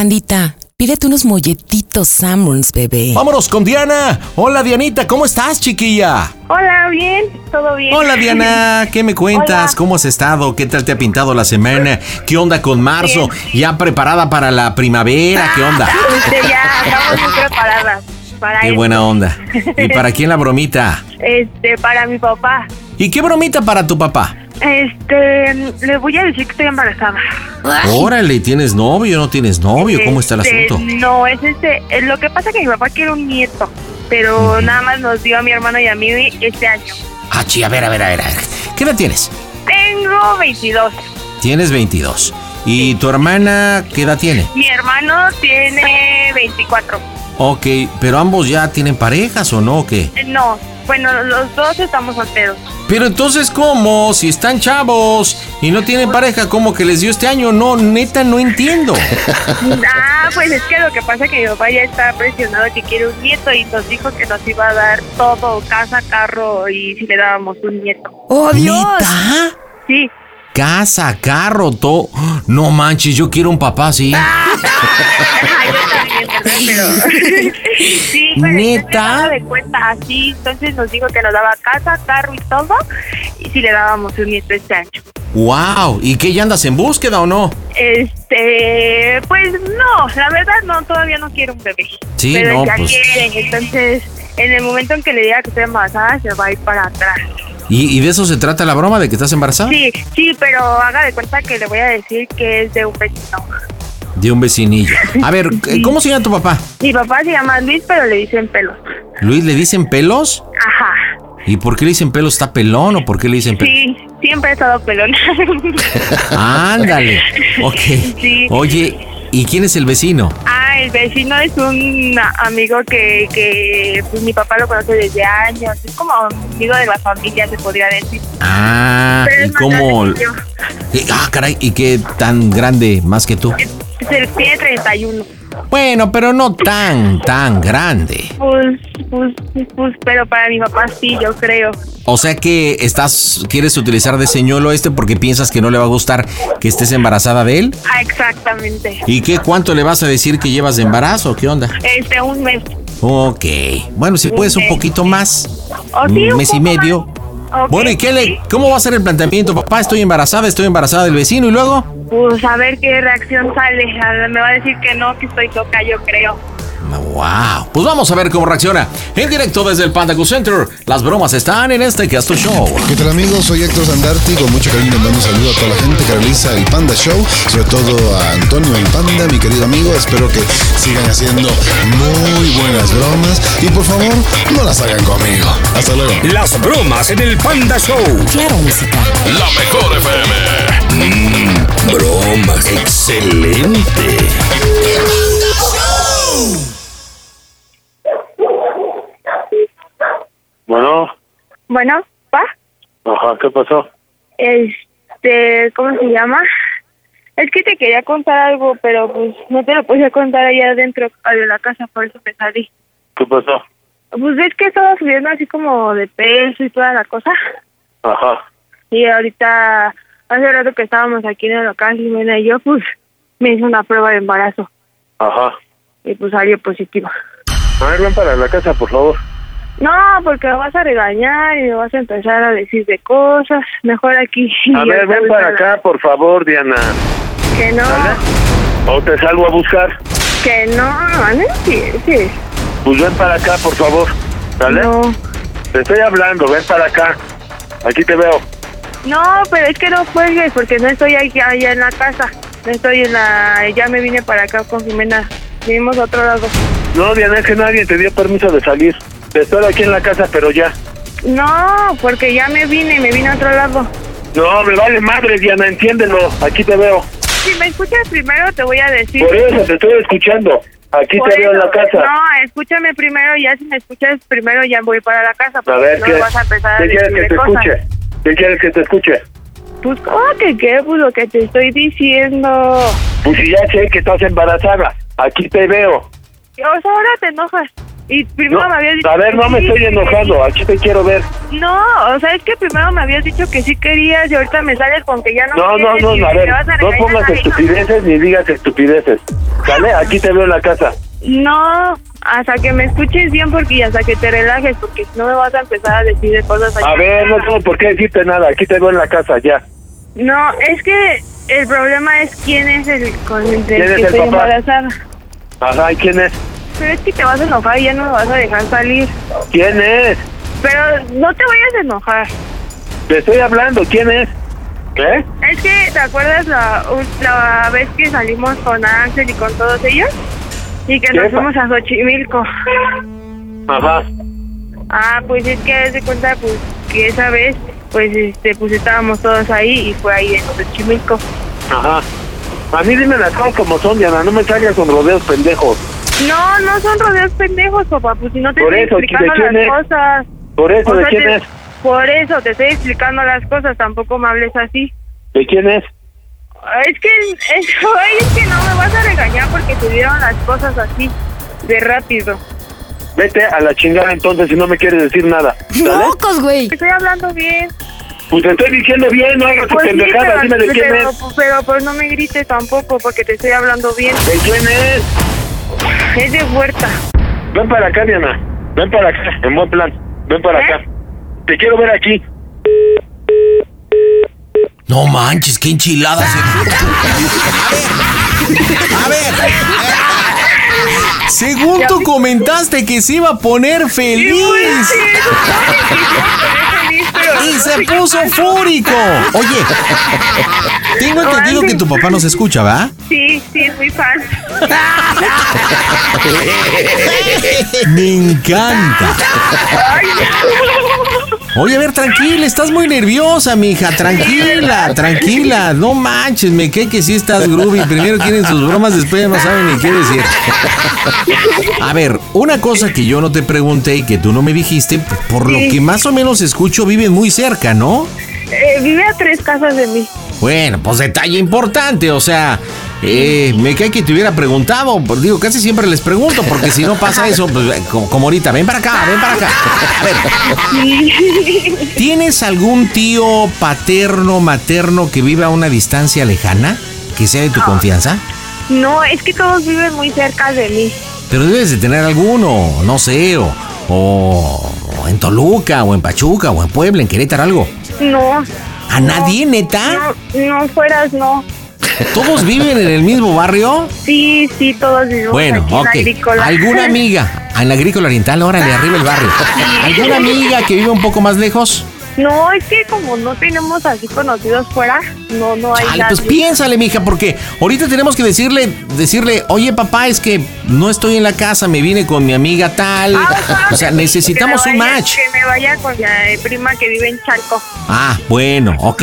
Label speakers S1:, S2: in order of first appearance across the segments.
S1: Pandita, pídete unos molletitos Samuels, bebé.
S2: Vámonos con Diana. Hola, Dianita, ¿cómo estás, chiquilla?
S3: Hola, bien, todo bien.
S2: Hola, Diana, ¿qué me cuentas?
S3: Hola.
S2: ¿Cómo has estado? ¿Qué tal te ha pintado la semana? ¿Qué onda con marzo? ¿Ya preparada para la primavera? ¿Qué onda?
S3: Este, ya estamos muy preparadas para
S2: Qué
S3: esto.
S2: buena onda. ¿Y para quién la bromita?
S3: Este, para mi papá.
S2: ¿Y qué bromita para tu papá?
S3: Este, le voy a decir que estoy embarazada.
S2: Órale, ¿tienes novio? ¿No tienes novio? ¿Cómo está el
S3: Este,
S2: asunto?
S3: No, es este, eh, lo que pasa que mi papá quiere un nieto, pero nada más nos dio a mi hermano y a mí este año.
S2: Ah, chi, a ver, a ver, a ver, a ver. ¿Qué edad tienes?
S3: Tengo 22.
S2: Tienes 22. ¿Y tu hermana qué edad tiene?
S3: Mi hermano tiene 24.
S2: Ok, pero ambos ya tienen parejas o no, ¿o qué?
S3: Eh, No, bueno, los dos estamos solteros.
S2: Pero entonces, ¿cómo? Si están chavos y no tienen pareja, ¿cómo que les dio este año? No, neta, no entiendo.
S3: Ah, pues es que lo que pasa es que mi papá ya está presionado que quiere un nieto y nos dijo que nos iba a dar todo, casa, carro y si le dábamos un nieto.
S1: ¡Oh, Dios!
S2: ¿Neta?
S3: Sí,
S2: Casa, carro, todo. No manches, yo quiero un papá así.
S3: sí, pero
S2: ¿Neta?
S3: entonces daba de cuenta así, entonces nos dijo que nos daba casa, carro y todo y si le dábamos un nieto este año.
S2: ¡Wow! ¿Y qué? ¿Ya andas en búsqueda o no?
S3: Este, pues no, la verdad no, todavía no quiero un bebé.
S2: Sí,
S3: pero
S2: no,
S3: ya
S2: pues.
S3: quieren, entonces en el momento en que le diga que estoy embarazada se va a ir para atrás.
S2: ¿Y, y de eso se trata la broma de que estás embarazada?
S3: Sí, sí, pero haga de cuenta que le voy a decir que es de un vecino.
S2: De un vecinillo. A ver, eh, ¿cómo se llama tu papá?
S3: Mi papá se llama Luis, pero le dicen pelos.
S2: ¿Luis le dicen pelos?
S3: Ajá.
S2: ¿Y por qué le dicen pelos? ¿Está pelón o por qué le dicen pelos?
S3: Sí, siempre he estado pelón.
S2: Ándale. Ok.
S3: Sí.
S2: Oye, ¿y quién es el vecino?
S3: ah, el vecino es un amigo que, que pues, mi papá lo conoce desde años. Es como amigo de la familia, se podría decir.
S2: Ah,
S3: Pero
S2: ¿y
S3: es más
S2: cómo?
S3: grande que yo.
S2: Eh, Ah, caray, ¿y qué tan grande más que tú?
S3: Se- Tiene 31.
S2: Bueno, pero no tan, tan grande.
S3: Pues, pues, pues, pero para mi papá sí, yo creo.
S2: O sea que estás, quieres utilizar de señuelo este porque piensas que no le va a gustar que estés embarazada de él.
S3: Ah, exactamente.
S2: ¿Y qué cuánto le vas a decir que llevas de embarazo? ¿Qué onda?
S3: Este, un mes.
S2: Ok. Bueno, si puedes un poquito más.
S3: ¿O sí,
S2: un
S3: un
S2: mes y
S3: poco
S2: medio.
S3: más? Ok,
S2: Bueno, ¿y qué le,
S3: sí.
S2: cómo va a ser el planteamiento? Papá, estoy embarazada, estoy embarazada del vecino y luego.
S3: Pues a ver qué reacción sale. A ver, Me va a decir que no, que estoy loca, yo creo.
S2: Wow. Pues vamos a ver cómo reacciona. En directo desde el Panda Cool Center. Las bromas están en este Casto Show.
S4: ¿Qué tal amigos? Soy Héctor Sandarti, con mucho cariño mando un saludo a toda la gente que realiza el Panda Show, sobre todo a Antonio el Panda, mi querido amigo, espero que sigan haciendo muy buenas bromas y por favor no las hagan conmigo. Hasta luego.
S5: Las bromas en el Panda Show.
S1: Claro Música.
S5: La mejor FM. Mm, bromas. Excelente.
S6: Bueno,
S3: Bueno, pa,
S6: ajá, ¿qué pasó?
S3: este, ¿cómo se llama? Es que te quería contar algo, pero pues no te lo podía contar allá adentro de la casa, por eso me salí.
S6: ¿Qué pasó?
S3: Pues ves que estaba subiendo así como de peso y toda la cosa.
S6: Ajá,
S3: Y ahorita, hace rato que estábamos aquí en el local, Jimena y yo, pues me hizo una prueba de embarazo
S6: ajá.
S3: y pues salió positivo.
S6: A ver, ven para la casa, por favor.
S3: No, porque me vas a regañar y me vas a empezar a decir de cosas. Mejor aquí.
S6: A ver, ven para acá, por favor, Diana.
S3: Que no.
S6: ¿Sale? O te salgo a buscar.
S3: Que no, ah, no empieces.
S6: Pues ven para acá, por favor. ¿Sale?
S3: No.
S6: Te estoy hablando, ven para acá. Aquí te veo.
S3: No, pero es que no cuelgues porque no estoy aquí- allá en la casa. No estoy en la... Ya me vine para acá con Jimena. Vivimos a otro lado.
S6: No, Diana, es que nadie te dio permiso de salir. Te estoy aquí en la casa, pero ya.
S3: No, porque ya me vine, me vine a otro lado.
S6: No, me vale madre, Diana, entiéndelo. Aquí te veo.
S3: Si me escuchas primero te voy a decir.
S6: Por eso te estoy escuchando. Aquí
S3: Por
S6: te veo en
S3: eso,
S6: la casa.
S3: No, escúchame primero, ya si me escuchas primero ya voy para la casa.
S6: a
S3: porque
S6: ver,
S3: no
S6: ¿qué,
S3: me vas a empezar a
S6: ¿qué quieres que
S3: decirme
S6: te
S3: cosas.
S6: escuche? ¿Qué quieres que te escuche?
S3: Pues, ¿cómo que qué? Pues lo que te estoy diciendo.
S6: Pues si ya sé que estás embarazada. Aquí te veo.
S3: O sea, ahora te enojas. Y primero
S6: No,
S3: me habías dicho.
S6: a ver,
S3: que
S6: no me
S3: sí.
S6: estoy enojando. Aquí te quiero ver.
S3: No, o sea, es que primero me habías dicho que sí querías y ahorita me sales con que ya no
S6: No, no,
S3: quieres
S6: no,
S3: y
S6: no, a
S3: me
S6: ver,
S3: vas a
S6: no
S3: regañar.
S6: pongas
S3: Ay, no.
S6: estupideces ni digas estupideces. ¿Sale? Aquí te veo en la casa.
S3: No, hasta que me escuches bien porque y hasta que te relajes, porque si no me vas a empezar a decir de cosas
S6: A
S3: allá.
S6: ver, no tengo por qué decirte nada. Aquí te veo en la casa, ya.
S3: No, es que el problema es quién es el con el del
S6: ¿Quién es
S3: que
S6: el
S3: estoy
S6: papá?
S3: embarazada.
S6: Ajá, ¿y quién es?
S3: Pero es que te vas a enojar y ya no me vas a dejar salir.
S6: ¿Quién es?
S3: Pero no te vayas a enojar.
S6: Te estoy hablando, ¿quién es? ¿Eh?
S3: Es que, ¿te acuerdas la, ul- la vez que salimos con Ángel y con todos ellos? Y que nos
S6: Epa.
S3: fuimos a Xochimilco.
S6: Ajá.
S3: Ah, pues es que haz de cuenta pues que esa vez pues este pues estábamos todos ahí y fue ahí en Xochimilco.
S6: Ajá. A mí dime las cosas como son, Diana. No me salgas con rodeos pendejos.
S3: No, no son rodeos pendejos, papá, pues si no te
S6: Por
S3: estoy
S6: eso, ¿de
S3: explicando
S6: quién
S3: las
S6: es?
S3: cosas.
S6: Por eso,
S3: O
S6: ¿de
S3: sea,
S6: quién
S3: te-
S6: es?
S3: Por eso te estoy explicando las cosas, tampoco me hables así.
S6: ¿De quién es?
S3: Es que es, ay, es que no me vas a regañar porque te dieron las cosas así de rápido.
S6: Vete a la chingada entonces si no me quieres decir nada. ¿Sale?
S1: ¡Locos, güey!
S3: Estoy hablando bien.
S6: Pues te estoy diciendo bien, no hagas tu
S3: Pues sí,
S6: pendejada.
S3: pero,
S6: Dime de
S3: pero,
S6: quién es.
S3: pero, pues no me grites tampoco porque te estoy hablando bien.
S6: ¿De quién es?
S3: Es de huerta.
S6: Ven para acá, Diana. Ven para acá, en buen plan. Ven para
S3: ¿Eh?
S6: acá. Te quiero ver aquí.
S2: No manches, qué enchilada. A ver, a ver. Según tú comentaste que se iba a poner feliz y se puso fúrico. Oye, tengo entendido que tu papá nos escucha, ¿va?
S3: Sí, sí, es muy fan.
S2: Me encanta. Oye, a ver, tranquila, estás muy nerviosa, mija. Tranquila, tranquila. No manches, me cae que sí estás groovy. Primero quieren sus bromas, después ya no saben ni qué decir. A ver, una cosa que yo no te pregunté y que tú no me dijiste, por lo
S3: Sí.
S2: que más o menos escucho, viven muy cerca, ¿no?
S3: Eh, vive a tres casas de mí.
S2: Bueno, pues detalle importante, o sea, eh, me cae que te hubiera preguntado, pues, digo, casi siempre les pregunto, porque si no pasa eso, pues eh, como, como ahorita, ven para acá, ven para acá. A ver, ¿tienes algún tío paterno, materno que viva a una distancia lejana, que sea de tu confianza?
S3: No, es que todos viven muy cerca de mí.
S2: Pero debes de tener alguno, no sé, o, o- o en Toluca, o en Pachuca, o en Puebla, en Querétaro, algo.
S3: No.
S2: ¿A nadie, neta?
S3: No, no fueras, no.
S2: ¿Todos viven en el mismo barrio?
S3: Sí, sí, todos vivimos
S2: Bueno,
S3: aquí en
S2: ok.
S3: Agrícola.
S2: ¿Alguna amiga? Ah, En la agrícola oriental, órale, arriba el barrio. ¿Alguna amiga que viva un poco más lejos?
S3: No, es que como no tenemos así conocidos fuera, no, no hay
S2: Chale,
S3: nadie.
S2: pues piénsale, mija, porque ahorita tenemos que decirle, decirle, oye papá, es que no estoy en la casa, me vine con mi amiga tal.
S3: Ah,
S2: O sea, necesitamos
S3: Que
S2: un
S3: me vaya-
S2: match.
S3: Que me vaya con la eh, prima que vive en Chalco.
S2: Ah, bueno, ok.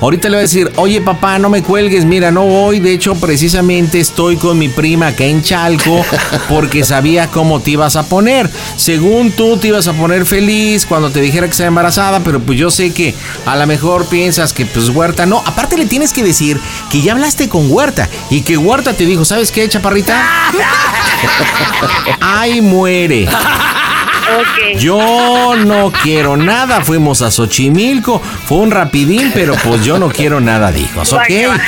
S2: Ahorita le voy a decir, oye papá, no me cuelgues, mira, no voy. De hecho, precisamente estoy con mi prima acá en Chalco porque sabía cómo te ibas a poner. Según tú te ibas a poner feliz cuando te dijera que estaba embarazada, pero pues yo sé que a lo mejor piensas que pues Huerta no. Aparte le tienes que decir que ya hablaste con Huerta y que Huerta te dijo, ¿sabes qué, chaparrita? Ay, muere.
S3: Ok.
S2: Yo no quiero nada. Fuimos a Xochimilco. Fue un rapidín, pero pues yo no quiero nada, dijo.
S3: Va que
S2: ¿Ok?
S3: va.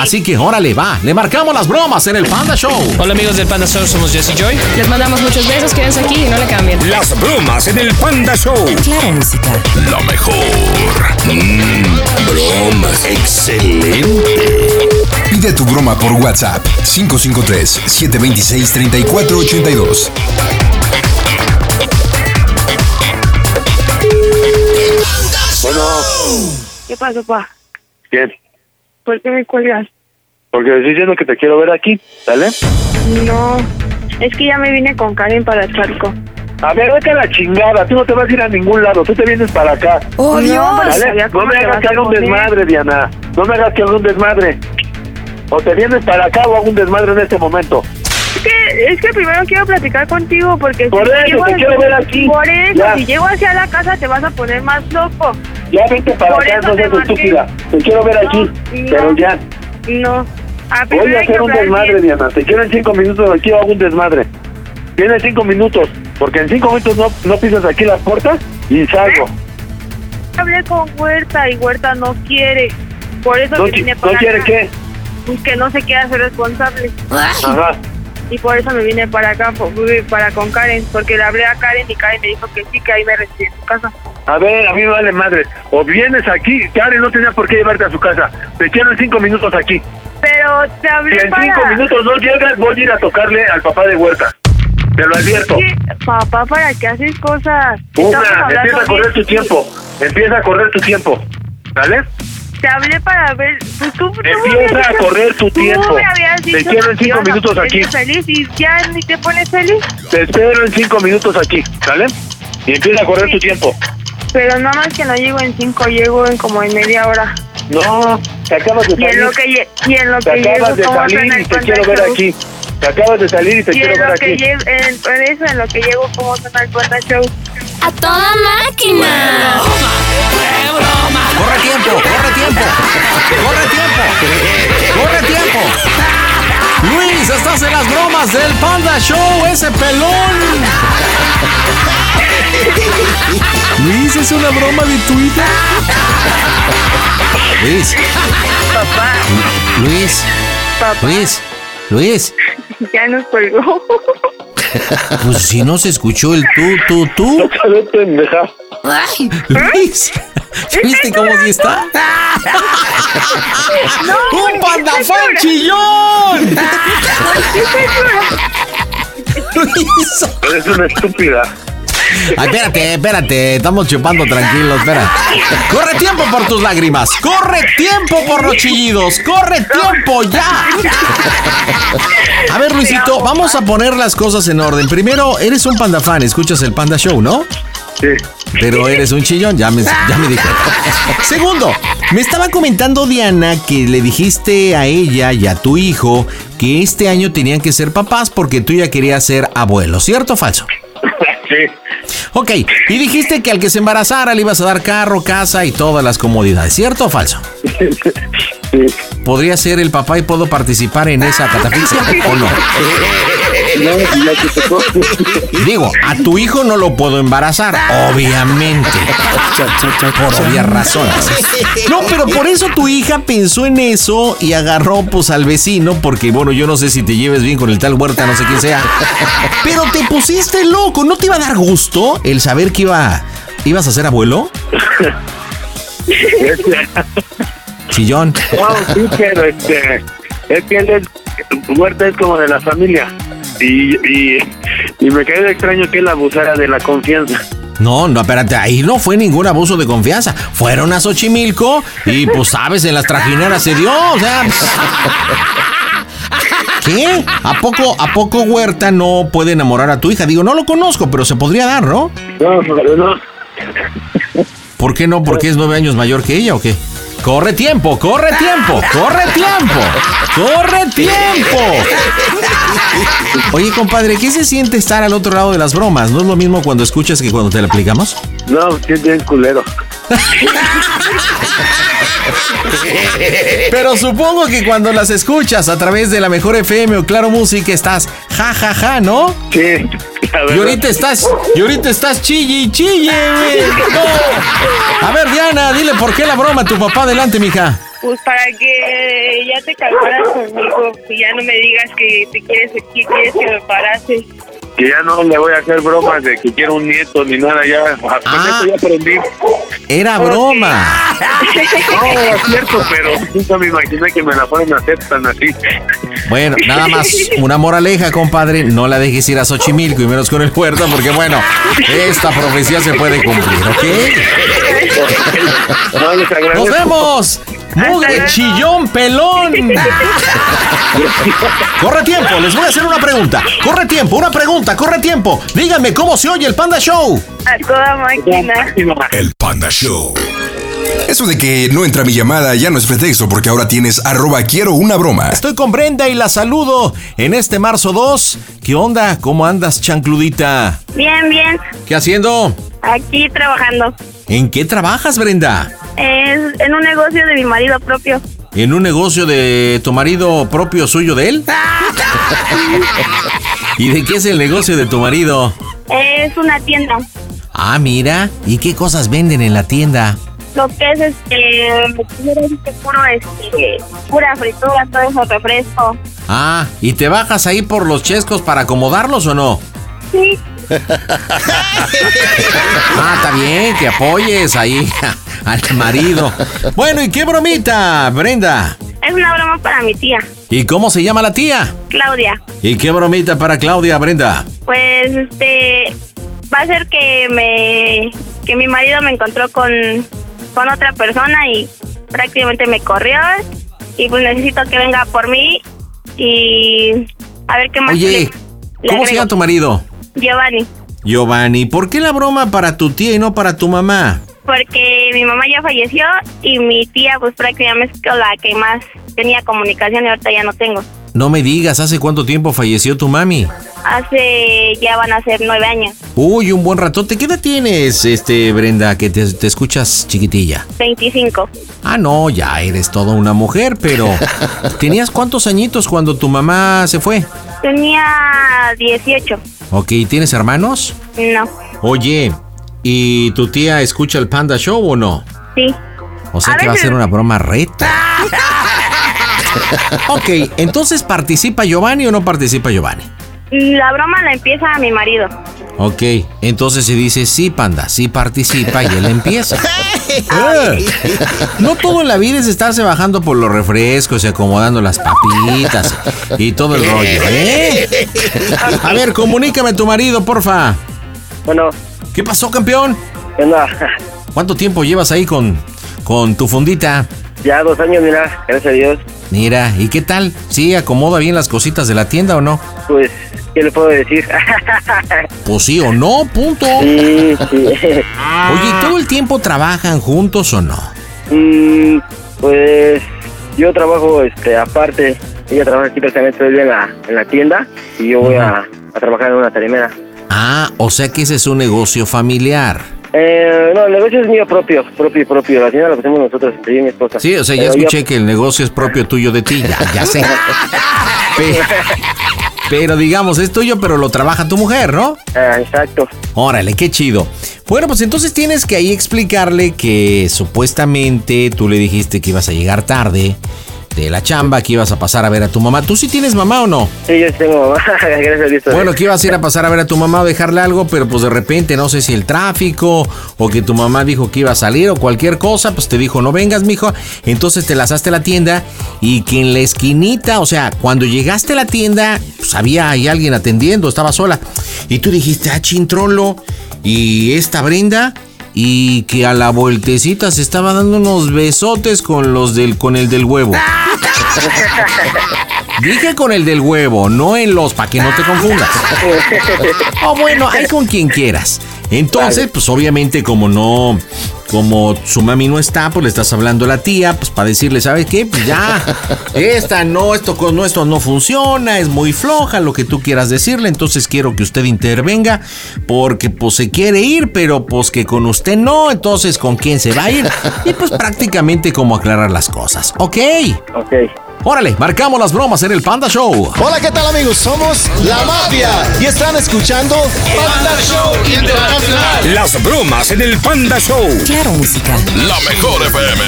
S2: Así que órale, va. Le marcamos las bromas en el Panda Show.
S7: Hola amigos del Panda Show, somos Jesse Joy.
S8: Les mandamos muchos besos, quédense aquí y no le cambien.
S5: Las bromas en el Panda Show.
S1: Claro, música.
S5: Lo mejor. Mm, bromas. Excelente.
S9: Y Pide tu broma por WhatsApp 553-726-3482.
S6: Bueno,
S3: ¿Qué pasó, pa?
S6: bien.
S3: ¿Por qué me cuelgas?
S6: Porque estoy diciendo que te quiero ver aquí, ¿sale?
S3: No, es que ya me vine con Karen para Charco.
S6: A ver, vete a la chingada. Tú no te vas a ir a ningún lado. Tú te vienes para acá.
S1: ¡Oh, Dios!
S6: ¿Vale?
S3: sabía
S6: No
S3: cómo
S6: me
S3: te
S6: hagas
S3: vas
S6: que
S3: a
S6: haga un
S3: poner.
S6: desmadre, Diana. No me hagas que haga un desmadre. O te vienes para acá o hago un desmadre en este momento.
S3: Es que, es que primero quiero platicar contigo porque
S6: Por eso,
S3: llego
S6: te
S3: al-
S6: quiero ver aquí.
S3: Por eso,
S6: Ya.
S3: si llego hacia la casa te vas a poner más loco.
S6: Ya vete para
S3: Por
S6: acá,
S3: eso
S6: no
S3: te
S6: seas
S3: marqué.
S6: estúpida. Te quiero ver aquí.
S3: No,
S6: Pero
S3: no.
S6: ya.
S3: No. A
S6: Voy
S3: primero
S6: a
S3: hay que
S6: hacer un
S3: hablar
S6: desmadre,
S3: bien.
S6: Diana. Te quiero en cinco minutos. Aquí hago un desmadre. Tienes cinco minutos. Porque en cinco minutos no, no pisas aquí la puerta y salgo.
S3: Hablé con Huerta y Huerta no quiere. Por eso
S6: ¿No,
S3: me
S6: qui-
S3: vine
S6: no
S3: para
S6: quiere
S3: acá.
S6: qué?
S3: Pues que no se quiere hacer responsable.
S6: Ajá.
S3: Y por eso me vine para acá, po- para con Karen. Porque le hablé a Karen y Karen me dijo que sí, que ahí me recibí en su casa.
S6: A ver, a mí me vale madre. O vienes aquí, Karen no tenía por qué llevarte a su casa. Te quiero en cinco minutos aquí.
S3: Pero te
S6: Si
S3: hablé
S6: en
S3: para...
S6: cinco minutos no llegas, voy a ir a tocarle al papá de Huerta. Te lo advierto.
S3: Sí, Papá, ¿para qué haces cosas? Estamos
S6: Una,
S3: hablando
S6: empieza a correr tu
S3: bien.
S6: tiempo. Empieza a correr tu tiempo. ¿Vale?
S3: Te hablé para ver. Pues tú, tú me
S6: Empieza
S3: habías
S6: a
S3: dicho-
S6: correr tu
S3: tú
S6: tiempo.
S3: me habías
S6: Te
S3: dicho
S6: quiero en
S3: que
S6: cinco
S3: ibas a
S6: minutos
S3: ponerte
S6: aquí.
S3: feliz y ya ni te pones feliz.
S6: Te espero en cinco minutos aquí. ¿Sale? Y empieza a correr
S3: Sí.
S6: tu tiempo.
S3: Pero nada más que no llego en cinco, llego en como en media hora.
S6: No, te acabas de
S3: Y en
S6: salir.
S3: lo que, lle- y en lo
S6: Te
S3: que llego,
S6: acabas de
S3: ¿cómo vas a
S6: salir
S3: tener
S6: y te quiero ver
S3: contacto?
S6: aquí. Te acabas de salir y te
S3: Y
S6: quiero
S3: en
S6: ver
S3: lo que
S6: aquí.
S3: llego, en, por eso, en lo que llego, ¿cómo suena el Panda Show?
S10: ¡A toda máquina!
S2: ¡Corre tiempo! ¡Corre tiempo! ¡Corre tiempo! ¡Corre tiempo! Luis, estás en las bromas del Panda Show, ese pelón. Luis, es una broma de Twitter. Luis. Luis.
S3: Papá,
S2: Luis. Luis.
S3: ya nos colgó.
S2: Pues si no se escuchó el tú, tú, tú.
S6: Qué pendeja.
S1: Ay,
S2: Luis. ¿Viste cómo sí está? ¡Un pandafón chillón! Luis.
S6: Eres una estúpida.
S2: Ay, espérate, espérate, estamos chupando tranquilos, espera. Corre tiempo por tus lágrimas, corre tiempo por los chillidos, corre tiempo ya. A ver, Luisito, vamos a poner las cosas en orden. Primero, eres un panda fan, escuchas el Panda Show, ¿no?
S6: Sí.
S2: Pero eres un chillón, ya me, ya me dije. Segundo, me estaba comentando Diana que le dijiste a ella y a tu hijo que este año tenían que ser papás porque tú ya querías ser abuelo, ¿cierto o falso?
S6: Sí.
S2: Ok, y dijiste que al que se embarazara le ibas a dar carro, casa y todas las comodidades, ¿cierto o falso?
S6: Sí.
S2: ¿Podría ser el papá y puedo participar en esa catafixia o no?
S6: No, ya que te cojo.
S2: Digo, a tu hijo no lo puedo embarazar, obviamente. Por obvias razones. No, pero por eso tu hija pensó en eso y agarró pues al vecino, porque bueno, yo no sé si te lleves bien con el tal Huerta, no sé quién sea. Pero te pusiste loco, ¿no te iba a dar gusto el saber que iba, ibas a ser abuelo? Chillón.
S6: Este, No, sí, pero este. Es que él es. Huerta es como de la familia. Y, y, y me cae de extraño que él abusara de la confianza.
S2: No, no, espérate, ahí no fue ningún abuso de confianza. Fueron a Xochimilco y pues sabes, en las trajineras se dio, o sea. ¿Qué? ¿A poco, ¿A poco Huerta no puede enamorar a tu hija? Digo, no lo conozco, pero se podría dar, ¿no?
S6: No, pero no.
S2: ¿Por qué no? ¿Porque es nueve años mayor que ella o qué? ¡Corre tiempo! ¡Corre tiempo! ¡Corre tiempo! ¡Corre tiempo! Oye, compadre, ¿qué se siente estar al otro lado de las bromas? ¿No es lo mismo cuando escuchas que cuando te la aplicamos?
S6: No, sí es bien culero.
S2: Pero supongo que cuando las escuchas a través de la mejor FM o Claro Música estás ja ja ja, ¿no?
S6: Sí. la verdad.
S2: Y ahorita estás, y ahorita estás chille y chille, güey. No. A ver, Diana, dile por qué la broma a tu papá adelante, mija.
S3: Pues para que ya te calmaras conmigo y ya no me digas que te quieres, que quieres que me parase.
S11: que ya no le voy a hacer bromas de que quiero un nieto ni nada, ya con
S2: Ah.
S11: eso ya aprendí.
S2: Era broma.
S11: No, es cierto, pero nunca me imaginé que me la fueran a hacer tan así.
S2: Bueno, nada más una moraleja, compadre. No la dejes ir a Xochimilco y menos con el puerto, porque bueno, esta profecía se puede cumplir, ¿ok?
S11: No, les agradezco.
S2: ¡Nos vemos! ¡Mugre chillón pelón! ¡Corre tiempo! Les voy a hacer una pregunta. ¡Corre tiempo! ¡Una pregunta! ¡Corre tiempo! Díganme cómo se oye el Panda Show.
S12: A toda máquina.
S4: El Panda Show. Eso de que no entra mi llamada Ah, ya no es pretexto porque ahora tienes arroba quiero una broma.
S2: Estoy con Brenda y la saludo en este marzo 2. ¿Qué onda? ¿Cómo andas, chancludita?
S12: Bien, bien.
S2: ¿Qué haciendo?
S12: Aquí trabajando.
S2: ¿En qué trabajas, Brenda?
S12: Es en un negocio de mi marido propio.
S2: ¿En un negocio de tu marido propio suyo de él? ¿Y de qué es el negocio de tu marido?
S12: Es una tienda.
S2: Ah, mira. ¿Y qué cosas venden en la tienda?
S12: Lo que es este. Era este puro, este. Pura fritura, todo eso, refresco.
S2: Ah, ¿y te bajas ahí por los chescos para acomodarlos o no?
S12: Sí.
S2: Ah, está bien, que apoyes ahí al marido. Bueno, ¿y qué bromita, Brenda?
S12: Es una broma para mi tía,
S2: ¿Y cómo se llama la tía?
S12: Claudia.
S2: ¿Y qué bromita para Claudia, Brenda?
S12: Pues este. Va a ser que me. Que mi marido me encontró con. Con otra persona y prácticamente me corrió. Y pues necesito que venga por mí. Y. A ver qué más.
S2: Oye,
S12: le- le
S2: ¿cómo se
S12: agrego.
S2: llama tu marido?
S12: Giovanni.
S2: Giovanni, ¿por qué la broma para tu tía y no para tu mamá?
S12: porque mi mamá ya falleció y mi tía pues prácticamente es con la que más tenía comunicación y ahorita ya no tengo.
S2: No me digas, ¿hace cuánto tiempo falleció tu mami?
S12: Hace ya van a ser nueve años,
S2: Uy, un buen ratote. ¿Qué edad tienes, este, Brenda, que te, te escuchas chiquitilla?
S12: 25.
S2: Ah, no, ya eres toda una mujer, pero... ¿Tenías cuántos añitos cuando tu mamá se fue?
S12: Tenía 18.
S2: Ok, ¿tienes hermanos?
S12: No,
S2: Oye, ¿y tu tía escucha el Panda Show o no?
S12: sí.
S2: O sea
S12: A
S2: que va a
S12: veces.
S2: ser una broma reta. ok, entonces ¿participa Giovanni o no participa Giovanni?
S12: La broma la empieza mi marido.
S2: Ok, entonces si dice sí, Panda, sí participa y él empieza. Eh, No todo en la vida es estarse bajando por los refrescos y acomodando las papitas y todo el rollo, ¿eh? A ver, comunícame a tu marido, porfa.
S13: Bueno,
S2: ¿Qué pasó, campeón?
S13: ¿qué onda?
S2: ¿Cuánto tiempo llevas ahí con, con tu fundita?
S13: Ya dos años, mira, gracias a Dios.
S2: Mira, ¿y qué tal? ¿Sí acomoda bien las cositas de la tienda o no?
S13: Pues, ¿qué le puedo decir?
S2: Pues sí o no, punto.
S13: Sí, sí.
S2: Oye, ¿y todo el tiempo trabajan juntos o no?
S13: Mm, pues, yo trabajo este, aparte. Ella trabaja aquí prácticamente todo el día en la, en la tienda y yo voy a, a trabajar en una tarimera.
S2: Ah, o sea que ese es un negocio familiar.
S13: Eh, no, el negocio es mío propio, propio, propio. La tienda la pusimos nosotros, este, yo y mi esposa.
S2: Sí, o sea, ya
S13: Pero yo-
S2: escuché que el negocio es propio tuyo de ti, ya, ya sé. Pe- Pero digamos, es tuyo, pero lo trabaja tu mujer, ¿no?
S13: Ah, exacto.
S2: Órale, qué chido. Bueno, pues entonces tienes que ahí explicarle que supuestamente tú le dijiste que ibas a llegar tarde de la chamba, que ibas a pasar a ver a tu mamá. ¿Tú sí tienes mamá o no?
S13: Sí, yo sí tengo mamá, gracias a Dios.
S2: Bueno, que ibas a ir a pasar a ver a tu mamá o dejarle algo, pero pues de repente no sé si el tráfico o que tu mamá dijo que iba a salir o cualquier cosa, pues te dijo no vengas, mijo. Entonces te lanzaste a la tienda y que en la esquinita, o sea, cuando llegaste a la tienda, pues había ahí alguien atendiendo, estaba sola. Y tú dijiste, ah, chintrolo, y esta Brenda. Y que a la vueltecita se estaba dando unos besotes con los del con el del huevo. Dije con el del huevo, no en los, para que no te confundas.
S5: Oh,
S2: O Ah, bueno, hay con quien quieras. Entonces, pues obviamente como no, como su mami no está, pues le estás hablando a la tía, pues para decirle, ¿sabes qué? Pues ya, esta no, esto con no, esto no funciona, es muy floja, lo que tú quieras decirle, entonces quiero que usted intervenga, porque pues se quiere ir, pero pues que con usted no, entonces ¿con quién se va a ir? Y pues prácticamente como aclarar las cosas, ¿ok?
S13: Ok.
S2: Órale, marcamos las bromas en el Panda Show.
S5: Hola, ¿qué tal amigos? Somos La Mafia y están escuchando Panda Show Internacional.
S14: Las bromas en el Panda Show.
S15: Claro, música.
S16: La mejor FM.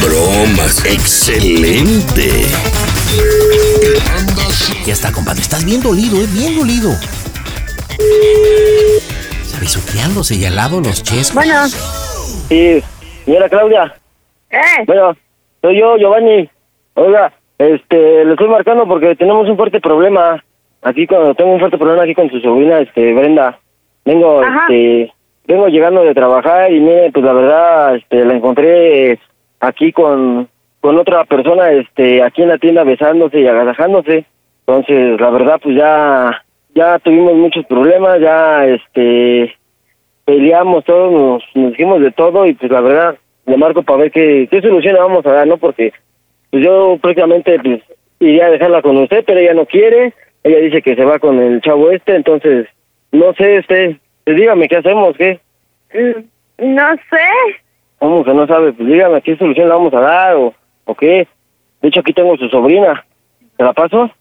S16: bromas, excelente.
S2: Ya está, compadre. Estás bien dolido, es bien dolido. Sabesuqueándose y al lado los chescos.
S12: Bueno.
S13: Sí, señora Claudia.
S12: ¿Eh?
S13: Bueno, soy yo, Giovanni. Oiga, este, le estoy marcando porque tenemos un fuerte problema. Aquí con, tengo un fuerte problema aquí con su sobrina, este, Brenda. Vengo,
S12: Ajá.
S13: este, vengo llegando de trabajar y mire, pues la verdad, este, la encontré aquí con, con otra persona, este, aquí en la tienda besándose y agasajándose. Entonces, la verdad, pues ya, ya tuvimos muchos problemas, ya, este, peleamos todos, nos, nos dijimos de todo y pues la verdad, le marco para ver qué, qué solución le vamos a dar, ¿no? Porque pues yo prácticamente pues, iría a dejarla con usted, pero ella no quiere, ella dice que se va con el chavo este, entonces no sé, este, pues dígame qué hacemos, qué,
S12: Mm, No sé.
S13: cómo que no sabe, pues dígame qué solución le vamos a dar o, o qué. De hecho aquí tengo su sobrina, ¿te la paso?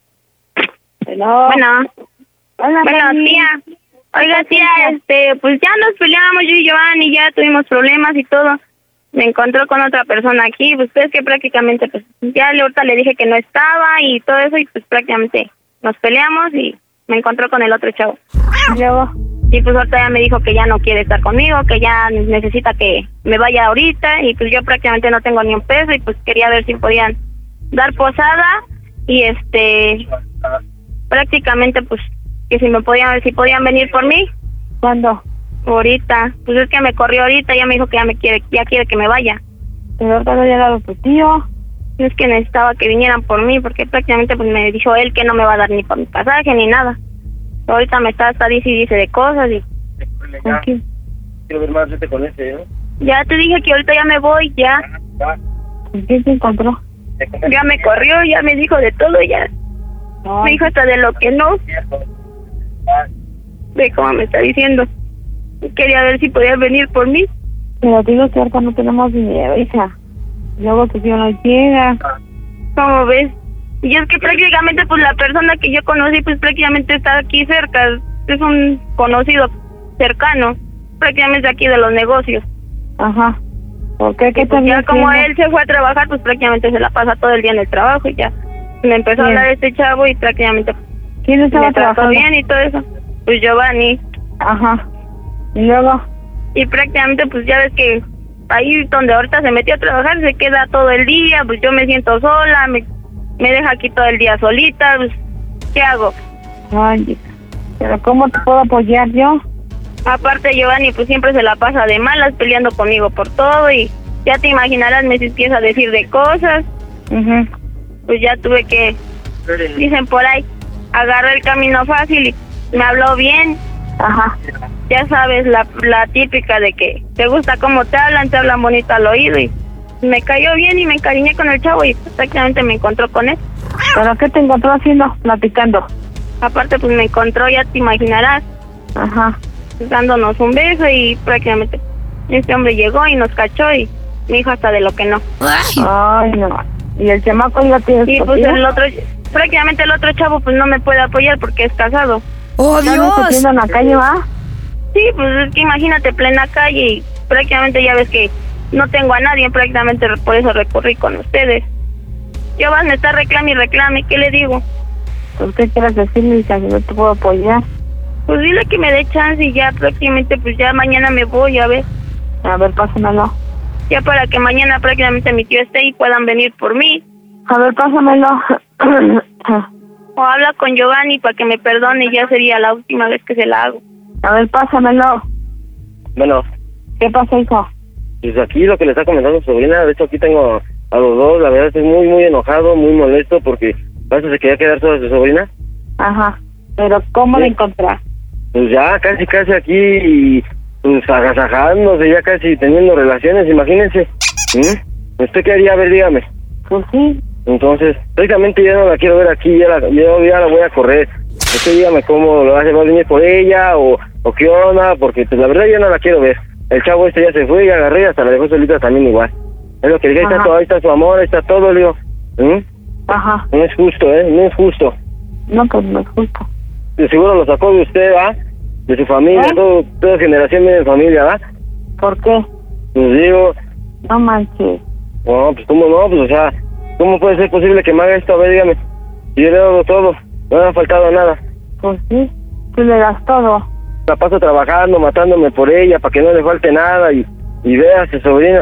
S12: Bueno. Bueno. bueno, tía. Oiga, tía, este, pues ya nos peleamos yo y Giovanni, ya tuvimos problemas y todo. Me encontró con otra persona aquí, pues es que prácticamente, pues ya le ahorita le dije que no estaba y todo eso y pues prácticamente nos peleamos y me encontró con el otro chavo. Y pues ahorita ya me dijo que ya no quiere estar conmigo, que ya necesita que me vaya ahorita y pues yo prácticamente no tengo ni un peso y pues quería ver si podían dar posada y este prácticamente pues que si me podían si podían venir por mí
S3: ¿Cuándo?
S12: ahorita pues es que me corrió ahorita ya me dijo que ya me quiere ya quiere que me vaya
S3: Pero ahorita no ha llegado tu tío.
S12: es que necesitaba que vinieran por mí porque prácticamente pues me dijo él que no me va a dar ni por mi pasaje ni nada ahorita me está hasta dice y dice de cosas y
S13: ¿Con quién? Quiero ver más gente con este, ¿no?
S12: ya te dije que ahorita ya me voy ya
S3: ¿Con quién te encontró?
S12: ya me corrió ya me dijo de todo ya me dijo hasta de lo que no de cómo me está diciendo quería ver si podías venir por mí
S3: Pero te digo que ahorita no tenemos dinero, hija. Luego tu tío no llega.
S12: ¿Cómo ves? Y es que prácticamente, pues la persona que yo conocí, pues prácticamente está aquí cerca. Es un conocido cercano, prácticamente aquí de los negocios.
S3: Ajá. ¿Por qué? ¿Qué
S12: Y, pues,
S3: te
S12: ya como él se fue a trabajar, pues prácticamente se la pasa todo el día en el trabajo y ya. Me empezó a
S3: Bien.
S12: hablar este chavo y prácticamente pues,
S3: ¿Quién estaba
S12: me trató
S3: trabajando?
S12: bien y todo eso. Pues Giovanni.
S3: Ajá. Y luego,
S12: Y prácticamente, pues ya ves que ahí donde ahorita se metió a trabajar, se queda todo el día, pues yo me siento sola, me, me deja aquí todo el día solita, pues ¿qué hago?
S3: ay, hija. ¿Pero cómo te puedo apoyar yo?
S12: Aparte Giovanni pues siempre se la pasa de malas peleando conmigo por todo y ya te imaginarás me empieza a decir de cosas,
S3: Ujú.
S12: pues ya tuve que, dicen por ahí, agarré el camino fácil y me habló bien.
S3: Ajá.
S12: Ya sabes, la, la típica de que te gusta cómo te hablan, te hablan bonito al oído y me cayó bien y me encariñé con el chavo y prácticamente me encontró con él.
S3: ¿Pero qué te encontró haciendo? Platicando.
S12: Aparte pues me encontró, ya te imaginarás,
S3: Ajá.
S12: dándonos un beso y prácticamente este hombre llegó y nos cachó y me dijo hasta de lo que no.
S3: Ay, no. ¿Y el chamaco ya tiene
S12: Y pues el otro, prácticamente el otro chavo pues no me puede apoyar porque es casado.
S3: ¡Oh, Dios! ¿Estás en la calle, va?
S12: Sí, pues es que imagínate plena calle y prácticamente ya ves que no tengo a nadie, prácticamente por eso recurrí con ustedes. Yo van a estar reclame y reclame, ¿qué le digo?
S3: Pues, ¿qué quieres decirme, hija? Que no te puedo apoyar.
S12: Pues dile que me dé chance y ya prácticamente pues ya mañana me voy, a ver,
S3: A ver, pásamelo.
S12: ya para que mañana prácticamente mi tío esté y puedan venir por mí.
S3: A ver, pásamelo.
S12: O habla con Giovanni para que me perdone, ya sería la última vez que se la hago.
S3: A ver, pásamelo.
S13: Bueno,
S3: ¿Qué pasa, hijo?
S13: pues aquí lo que le está comentando su sobrina, de hecho aquí tengo a los dos, la verdad estoy muy, muy enojado, muy molesto porque parece que se quería quedar sola su sobrina.
S3: Ajá. Pero ¿cómo
S13: Sí.
S3: lo encontrar?
S13: Pues ya casi, casi aquí, y, pues agasajándose, ya casi teniendo relaciones, imagínense. ¿Mm? ¿Usted qué haría? A ver, dígame.
S3: Pues sí.
S13: Entonces, prácticamente ya no la quiero ver aquí, ya la, yo ya la voy a correr. Usted dígame cómo lo hace, va a venir por ella o, o qué onda, porque pues la verdad ya no la quiero ver. El chavo este ya se fue y agarré y hasta la dejó solita también igual. Es lo que dije, ahí está,
S3: Ajá.
S13: todo, ahí está su amor, ahí está todo, le digo. ¿Mm?
S3: Ajá.
S13: No es justo, ¿eh? No es justo.
S3: No, pues no es justo.
S13: De seguro lo sacó de usted, ¿va? De su familia,
S3: ¿Eh?
S13: todo, toda generación viene de familia, ¿va?
S3: ¿Por qué?
S13: Pues digo,
S3: No manches.
S13: no, pues cómo no, pues o sea, ¿cómo puede ser posible que me haga esto? A ver, dígame. Yo le hago todo. No me ha faltado nada.
S17: Pues sí, tú le das todo.
S13: La paso trabajando, matándome por ella, para que no le falte nada y, y vea a su sobrina.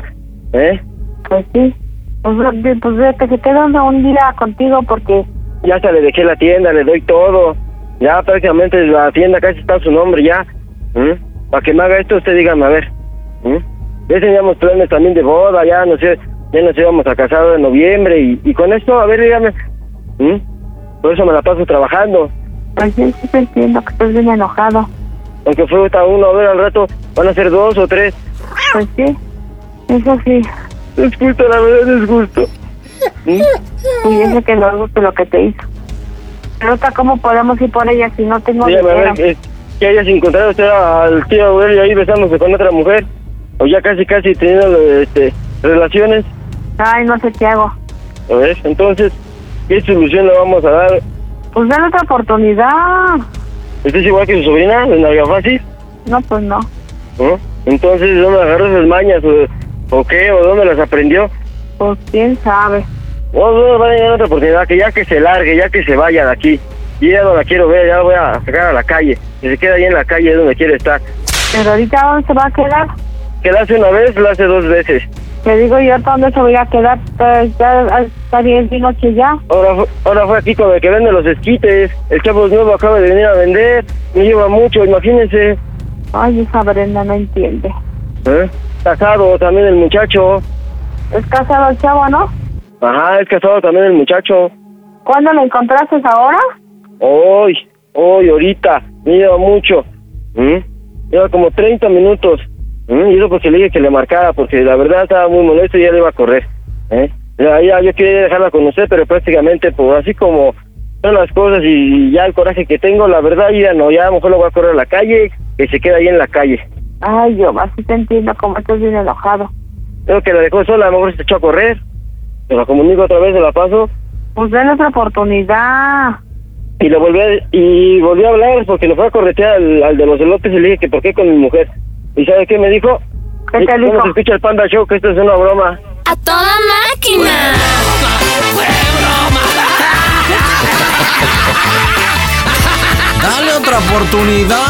S13: ¿Eh?
S17: Pues sí. Pues, ve- pues vete, que te dando un día contigo porque
S13: Ya hasta le dejé la tienda, le doy todo. Ya prácticamente la tienda casi está a su nombre ya. ¿Mm? Para que me haga esto, usted dígame, a ver. ¿Mm? Ya teníamos planes también de boda, ya nos, sé, ya nos íbamos a casar ahora en noviembre y, y con esto, a ver, dígame. ¿Mm? Por eso me la paso trabajando.
S17: pues sí, sí te entiendo que estás bien enojado.
S13: Aunque fue hasta uno, a ver, al rato van a ser dos o tres.
S17: Pues sí, eso sí.
S13: Es justo, la verdad es justo.
S17: Y eso que no gusta lo que te hizo. Pero ahorita, ¿cómo podemos ir por ella si no tengo
S13: Dígame, a
S17: dinero?
S13: ver, eh, que hayas encontrado usted al tío Aurelio ahí besándose con otra mujer, o ya casi, casi teniendo este, relaciones.
S17: Ay, no sé qué hago.
S13: A ver, entonces, ¿qué solución le vamos a dar?
S17: Pues ah. dale otra oportunidad.
S13: ¿Usted es igual que su sobrina, de Navidad Fácil?
S17: No, pues no.
S13: ¿no? Entonces, ¿dónde agarró esas mañas? ¿O, o qué? ¿O dónde las aprendió?
S17: Pues quién sabe.
S13: No, no, va a llegar otra oportunidad, que ya que se largue, ya que se vaya de aquí. Y ya no la quiero ver, ya la voy a sacar a la calle. Si se queda ahí en la calle es donde quiere estar.
S17: Pero ahorita, ¿dónde se va a quedar?
S13: Que la hace una vez, la hace dos veces.
S17: Te digo yo, ¿ahorita ¿dónde se va a ir a quedar? Pues ya ah, está bien, es noche ya.
S13: Ahora, fu- ahora fue aquí con el que vende los esquites. El chavo es nuevo acaba de venir a vender. Me lleva mucho, imagínense.
S17: Ay, esa Brenda no entiende.
S13: ¿Eh? Casado también el muchacho.
S17: Es casado el chavo, ¿no?
S13: Ajá, es casado también el muchacho.
S17: ¿Cuándo lo encontraste ahora?
S13: Hoy, hoy, ahorita. Me lleva mucho. ¿Mm? Lleva como 30 minutos. ¿Mm? Y eso porque le dije que le marcara, porque la verdad estaba muy molesto y ya le iba a correr. ¿eh? Ya, ya, yo quería dejarla con usted, pero prácticamente, pues así como son las cosas y ya el coraje que tengo, la verdad, ya no, ya a lo mejor lo voy a correr a la calle, que se queda ahí en la calle.
S17: Ay, yo, así te entiendo como estás bien enojado.
S13: Creo que la dejó sola, a lo mejor se echó a correr. Se la comunico otra vez, se la paso
S17: Pues dale otra oportunidad.
S13: y le volví a, y volví a hablar porque lo fue a corretear al, al de los elotes y le dije que por qué con mi mujer. ¿Y sabe qué me dijo?
S17: ¿Qué te
S13: Eh, ¿cómo
S17: dijo?
S13: se escucha el Panda Show, que esto es una broma.
S10: ¡A toda máquina!
S2: Dale otra oportunidad.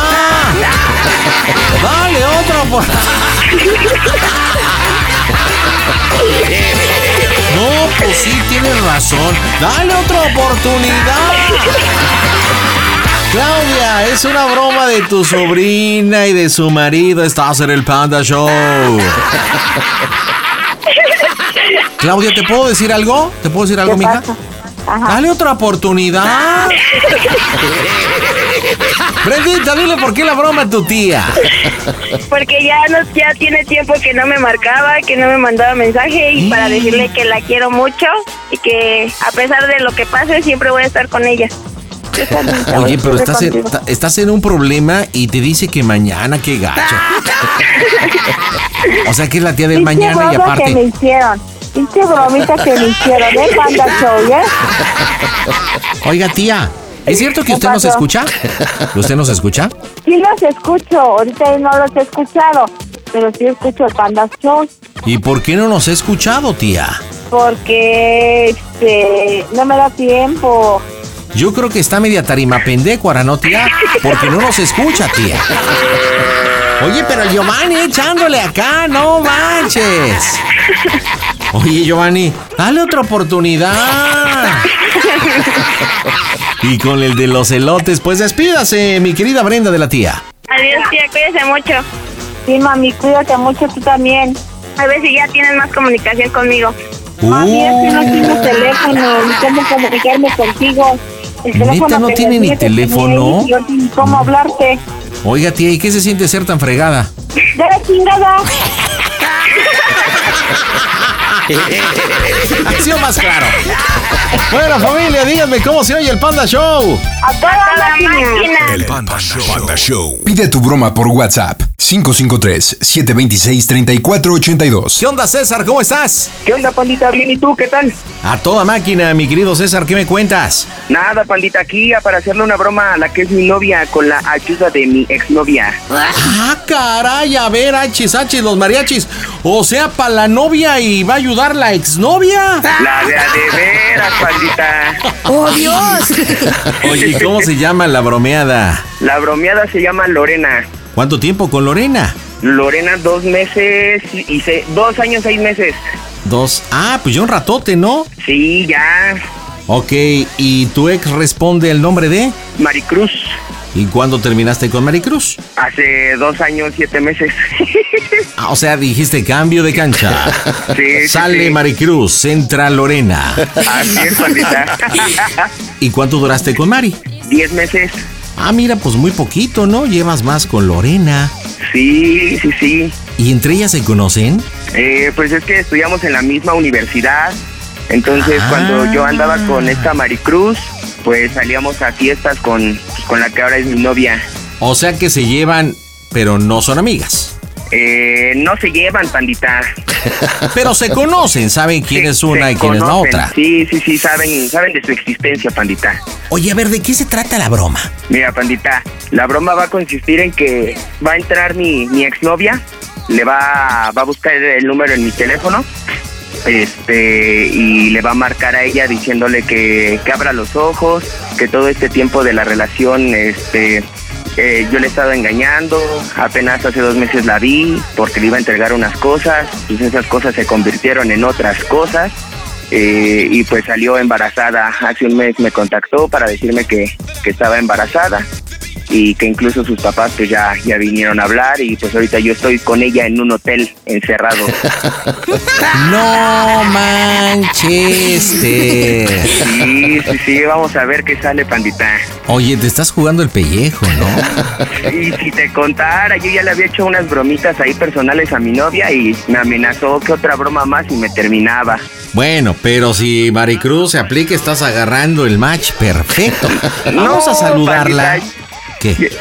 S2: Dale otra oportunidad. No, pues sí, tienes razón. Dale otra oportunidad. Claudia, es una broma de tu sobrina y de su marido. Estás en el Panda Show. Claudia, ¿te puedo decir algo? ¿Te puedo decir algo, mija? Dale otra oportunidad. Brendita, dile por qué la broma a tu tía.
S3: Porque ya no, ya tiene tiempo que no me marcaba, que no me mandaba mensaje y para decirle que la quiero mucho y que a pesar de lo que pase siempre voy a estar con ella.
S2: Oye, pero estás en, ta- estás en un problema y te dice que mañana, qué gacho. O sea, que es la tía del
S17: Pinche
S2: mañana y
S17: broma que me
S2: aparte.
S17: hicieron. Pinche bromita que me hicieron, ¿eh, Panda Show, eh?
S2: Oiga, tía, ¿es cierto que usted nos
S17: pasó?
S2: escucha? ¿Usted nos escucha?
S17: Sí los escucho, ahorita no los he escuchado, pero sí escucho el Panda Show
S2: ¿Y por qué no nos ha escuchado, tía?
S17: porque este, no me da tiempo.
S2: Yo creo que está media tarima pendecuara, ¿no, tía? Porque no nos escucha, tía. Oye, pero el Giovanni echándole acá, no manches. Oye, Giovanni, dale otra oportunidad. Y con el de los elotes, pues despídase, mi querida Brenda de la tía.
S3: Adiós tía, cuídese mucho.
S17: Sí, mami, cuídate mucho tú también.
S3: A ver si ya tienen más comunicación conmigo.
S17: Mami, es que no tengo teléfono, ni cómo comunicarme contigo. El
S2: Neta,
S17: teléfono
S2: ¿no
S17: que
S2: tiene
S17: me
S2: ni
S17: tienes que
S2: teléfono?
S17: tener, Yo ni cómo hablarte.
S2: Oiga, tía, ¿y qué se siente ser tan fregada?
S17: ¡De la chingada!
S2: Ha sido más claro. Bueno, familia, díganme cómo se oye el Panda Show.
S17: ¡A toda
S3: máquina!
S18: El Panda Show.
S9: Pide tu broma por WhatsApp 553-726-3482.
S2: ¿Qué onda, César? ¿Cómo estás?
S16: ¿Qué onda, pandita? Bien, ¿y tú? ¿Qué tal?
S2: A toda máquina, mi querido César, ¿qué me cuentas?
S16: Nada, pandita, aquí para hacerle una broma a la que es mi novia con la ayuda de mi exnovia.
S2: Ah, caray, a ver, hachis, hachis, los mariachis. O sea, para la novia y va a ayudar la exnovia.
S16: La de a de veras, pandita.
S1: ¡Oh, Dios!
S2: Oye, ¿y ¿cómo se llama la bromeada?
S16: La bromeada se llama Lorena.
S2: ¿Cuánto tiempo con Lorena?
S16: Lorena, dos meses y se- dos años, seis meses.
S2: Dos. Ah, pues ya un ratote, ¿no?
S16: Sí, ya.
S2: Ok, ¿y tu ex responde el nombre de?
S16: Maricruz.
S2: ¿Y cuándo terminaste con Maricruz?
S16: Hace dos años, siete meses.
S2: Ah, o sea, dijiste cambio de cancha.
S16: Sí, sí,
S2: Sale
S16: sí.
S2: Maricruz, entra Lorena.
S16: Así es, pandita.
S2: ¿Y cuánto duraste con Mari?
S16: Diez meses.
S2: Ah, mira, pues muy poquito, ¿no? Llevas más con Lorena.
S16: Sí, sí, sí.
S2: ¿Y entre ellas se conocen?
S16: Eh, pues es que estudiamos en la misma universidad. Entonces,
S2: Ah.
S16: cuando yo andaba con esta Maricruz, pues salíamos a fiestas con, pues, con la que ahora es mi novia.
S2: O sea que se llevan, pero no son amigas.
S16: Eh, no se llevan, pandita.
S2: Pero se conocen, saben quién es una y quién es la
S16: Conocen.
S2: otra.
S16: Sí, sí, sí, saben, saben de su existencia, pandita.
S19: Oye, a ver, ¿de qué se trata la broma?
S16: Mira, pandita, la broma va a consistir en que va a entrar mi, mi exnovia, le va, a- va a buscar el número en mi teléfono este y le va a marcar a ella diciéndole que, que abra los ojos, que todo este tiempo de la relación este, eh, yo le he estado engañando, apenas hace dos meses la vi porque le iba a entregar unas cosas, pues esas cosas se convirtieron en otras cosas. eh, y pues salió embarazada. Hace un mes me contactó para decirme que, que estaba embarazada y que incluso sus papás pues ya, ya vinieron a hablar y pues ahorita yo estoy con ella en un hotel encerrado.
S2: No manches. te.
S16: Sí, sí, sí, vamos a ver qué sale, pandita.
S2: Oye, te estás jugando el pellejo, ¿no?
S16: Y si te contara, yo ya le había hecho unas bromitas ahí personales a mi novia y me amenazó que otra broma más y me terminaba.
S2: Bueno, pero si Maricruz se aplica, estás agarrando el match perfecto.
S16: No,
S2: Vamos a saludarla.
S16: pandita,
S2: ¿Qué?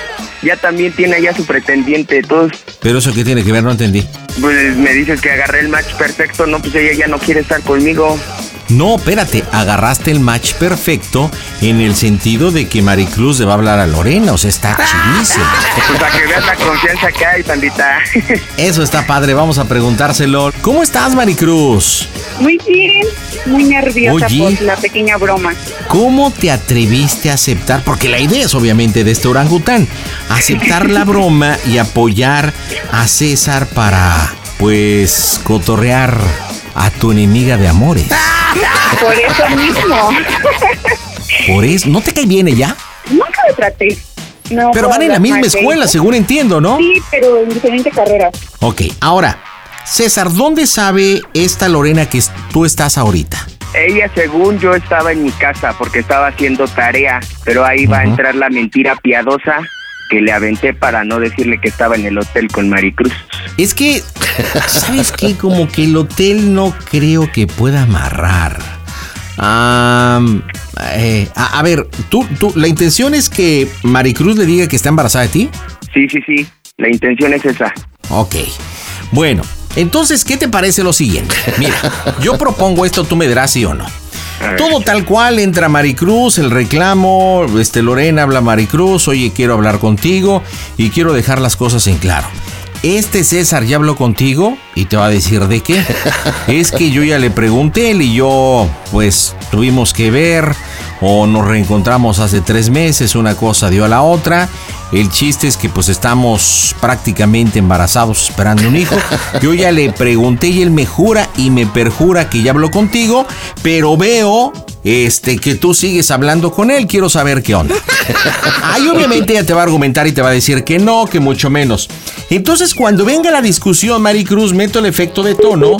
S16: Ya también tiene ya su pretendiente, todos
S2: Pero eso qué tiene que ver, no entendí.
S16: pues me dices que agarré el match perfecto, no, pues ella ya no quiere estar conmigo.
S2: No, espérate, agarraste el match perfecto en el sentido de que Maricruz le va a hablar a Lorena, o sea, está chidísimo.
S16: Pues para que veas la confianza que hay, pandita.
S2: Eso está padre, vamos a preguntárselo. ¿Cómo estás, Maricruz?
S20: Muy bien, muy nerviosa
S2: Oye.
S20: por la pequeña broma.
S2: ¿Cómo te atreviste a aceptar? Porque la idea es obviamente de este orangután, aceptar la broma y apoyar a César para, pues, cotorrear a tu enemiga de amores.
S20: Por eso mismo.
S2: Por eso, ¿no te cae bien ella?
S20: Nunca lo traté. No
S2: Pero
S20: puedo
S2: van en la
S20: hablar
S2: misma
S20: mal de
S2: escuela,
S20: eso.
S2: según entiendo, ¿no?
S20: Sí, pero en diferente carrera.
S2: Ok, ahora, César, ¿dónde sabe esta Lorena que es- tú estás ahorita?
S16: Ella, según yo, estaba en mi casa porque estaba haciendo tarea, pero ahí va a entrar la mentira piadosa que le aventé para no decirle que estaba en el hotel con Maricruz.
S2: Es que, ¿sabes qué? Como que el hotel no creo que pueda amarrar. Am, eh, a, a ver, tú, tú, la intención es que Maricruz le diga que está embarazada de ti.
S16: Sí, sí, sí, la intención es esa.
S2: Ok. Bueno, entonces, ¿qué te parece lo siguiente? Mira, yo propongo esto, tú me dirás sí o no. Todo tal cual, entra Maricruz, el reclamo, este Lorena habla a Maricruz, oye, quiero hablar contigo y quiero dejar las cosas en claro. Este César ya habló contigo y te va a decir de qué. Es que yo ya le pregunté, él y yo, pues, tuvimos que ver o nos reencontramos hace tres meses, una cosa dio a la otra. El chiste es que pues estamos prácticamente embarazados esperando un hijo. Yo ya le pregunté y él me jura y me perjura que ya habló contigo, pero veo este que tú sigues hablando con él, quiero saber qué onda. Ahí obviamente ella te va a argumentar y te va a decir que no, que mucho menos. Entonces cuando venga la discusión, Maricruz, meto el efecto de tono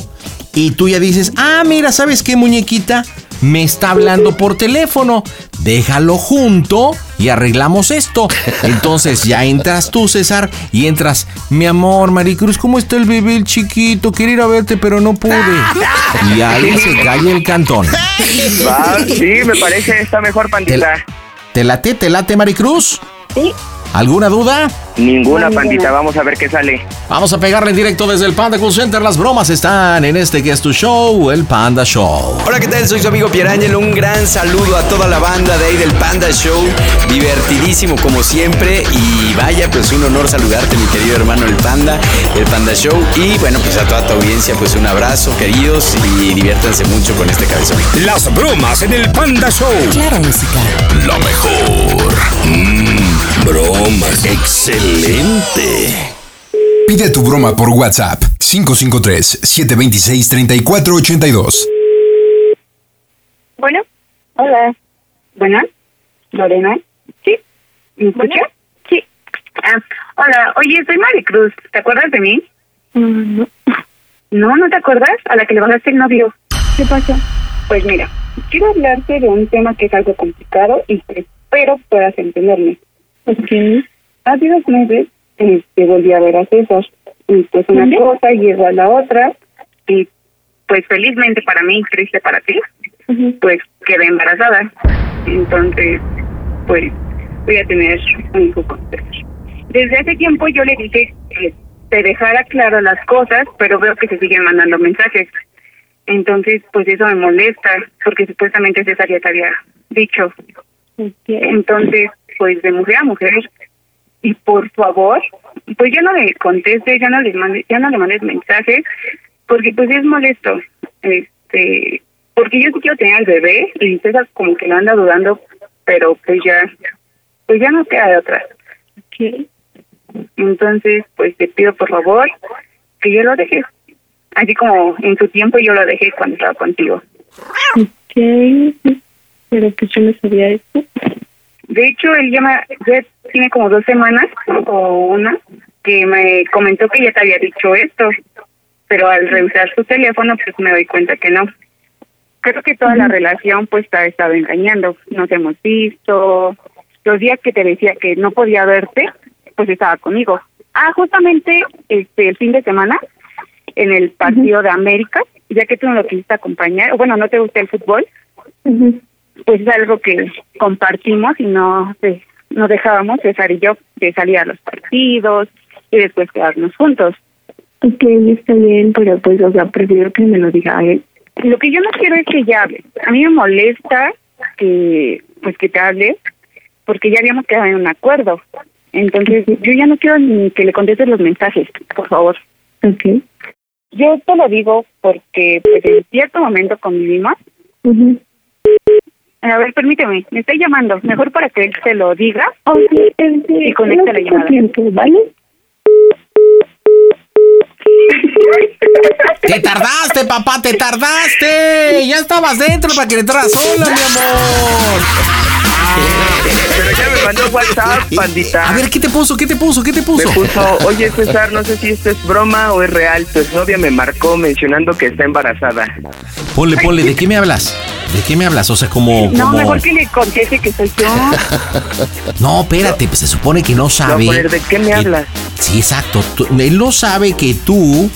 S2: y tú ya dices, ah, mira, ¿sabes qué, muñequita? Me está hablando por teléfono. Déjalo junto y arreglamos esto. Entonces ya entras tú, César, y entras, mi amor, Maricruz, ¿cómo está el bebé, el chiquito? Quería ir a verte, pero no pude. Y ahí se calla el cantón.
S16: Ah, Va, sí, me parece, está mejor, pandita.
S2: ¿Te late, te late, Maricruz?
S20: Sí,
S2: ¿Alguna duda?
S16: Ninguna, pandita. Vamos a ver qué sale.
S2: Vamos a pegarle en directo desde el Panda Cool Center. Las bromas están en este que es tu show, el Panda Show.
S21: Hola, ¿qué tal? Soy su amigo Pierángel. Un gran saludo a toda la banda de ahí del Panda Show. Divertidísimo como siempre. Y vaya, pues un honor saludarte, mi querido hermano el Panda, el Panda Show. Y bueno, pues a toda tu audiencia, pues un abrazo, queridos. Y diviértanse mucho con este cabezón.
S5: Las bromas en el Panda Show.
S1: Claro, música.
S18: La mejor. Mm, bromas. Excelente.
S9: Pide tu broma por WhatsApp 553-726-3482.
S20: Bueno, hola. ¿Buena? ¿Lorena? Sí. ¿Me escuchas? Sí. Ah, hola, oye, soy Maricruz. ¿Te acuerdas de mí? Mm,
S17: No.
S20: No, ¿no te acuerdas? A la que le bajaste el novio. ¿Qué pasó? Pues mira, quiero hablarte de un tema que es algo complicado y que espero puedas entenderme.
S17: Ok.
S20: Hace dos meses este, volví a ver a César. Y pues una
S17: Ujú.
S20: cosa llegó a la otra. Y pues felizmente para mí, triste para ti, pues quedé embarazada. Entonces, pues voy a tener un hijo con César. Desde hace tiempo yo le dije que te dejara claro las cosas, pero veo que se siguen mandando mensajes. Entonces, pues eso me molesta, porque supuestamente César ya te había dicho. Entonces, pues de mujer a mujer, y por favor, pues ya no le conteste, ya no le mande, ya no le mandes mensajes, porque pues es molesto, este, porque yo sí quiero tener al bebé, y César como que lo anda dudando, pero pues ya, pues ya no queda de otra. Entonces, pues te pido por favor que yo lo deje, así como en su tiempo yo lo dejé cuando estaba contigo.
S17: Ok. Pero pues yo no sabía esto.
S20: De hecho, él ya, me- ya tiene como dos semanas o una que me comentó que ya te había dicho esto, pero al revisar su teléfono pues me doy cuenta que no. Creo que toda la relación pues te ha estado engañando, nos hemos visto, los días que te decía que no podía verte, pues estaba conmigo. Ah, justamente este el fin de semana en el partido de América, ya que tú no lo quisiste acompañar, o bueno, no te gusta el fútbol, pues es algo que compartimos y no pues, no dejábamos César y yo de salir a los partidos y después quedarnos juntos.
S17: Ok, está bien, pero pues, o sea, prefiero que me lo diga a él.
S20: Lo que yo no quiero es que ya hable. A mí me molesta que pues que te hable porque ya habíamos quedado en un acuerdo. Entonces, yo ya no quiero ni que le contestes los mensajes, por favor.
S17: Ok.
S20: Yo te lo digo porque pues, en cierto momento convivimos.
S17: Ujú.
S20: A ver, permíteme, me está llamando. Mejor para que él se lo diga
S17: Ok, este,
S20: y conecta la
S17: no tengo
S20: llamada.
S17: tiempo, ¿vale?
S2: ¡Te tardaste, papá! ¡Te tardaste! ¡Ya estabas dentro para que le entraras sola, mi amor!
S16: Pero ya me mandó WhatsApp, pandita.
S2: Eh, A ver, ¿qué te puso? ¿Qué te puso? ¿Qué te puso?
S16: Me puso, oye César, no sé si esto es broma o es real. Tu novia me marcó mencionando que está embarazada.
S2: Ponle, ponle, ¿de qué me hablas? ¿De qué me hablas? O sea, como...
S20: No,
S2: como-
S20: mejor que le conteste que soy yo.
S17: Ah,
S2: No, espérate, pues se supone que no sabe.
S16: poner, pues, ¿de qué me
S2: que-
S16: hablas?
S2: Sí, exacto. Tú- él no sabe que tú.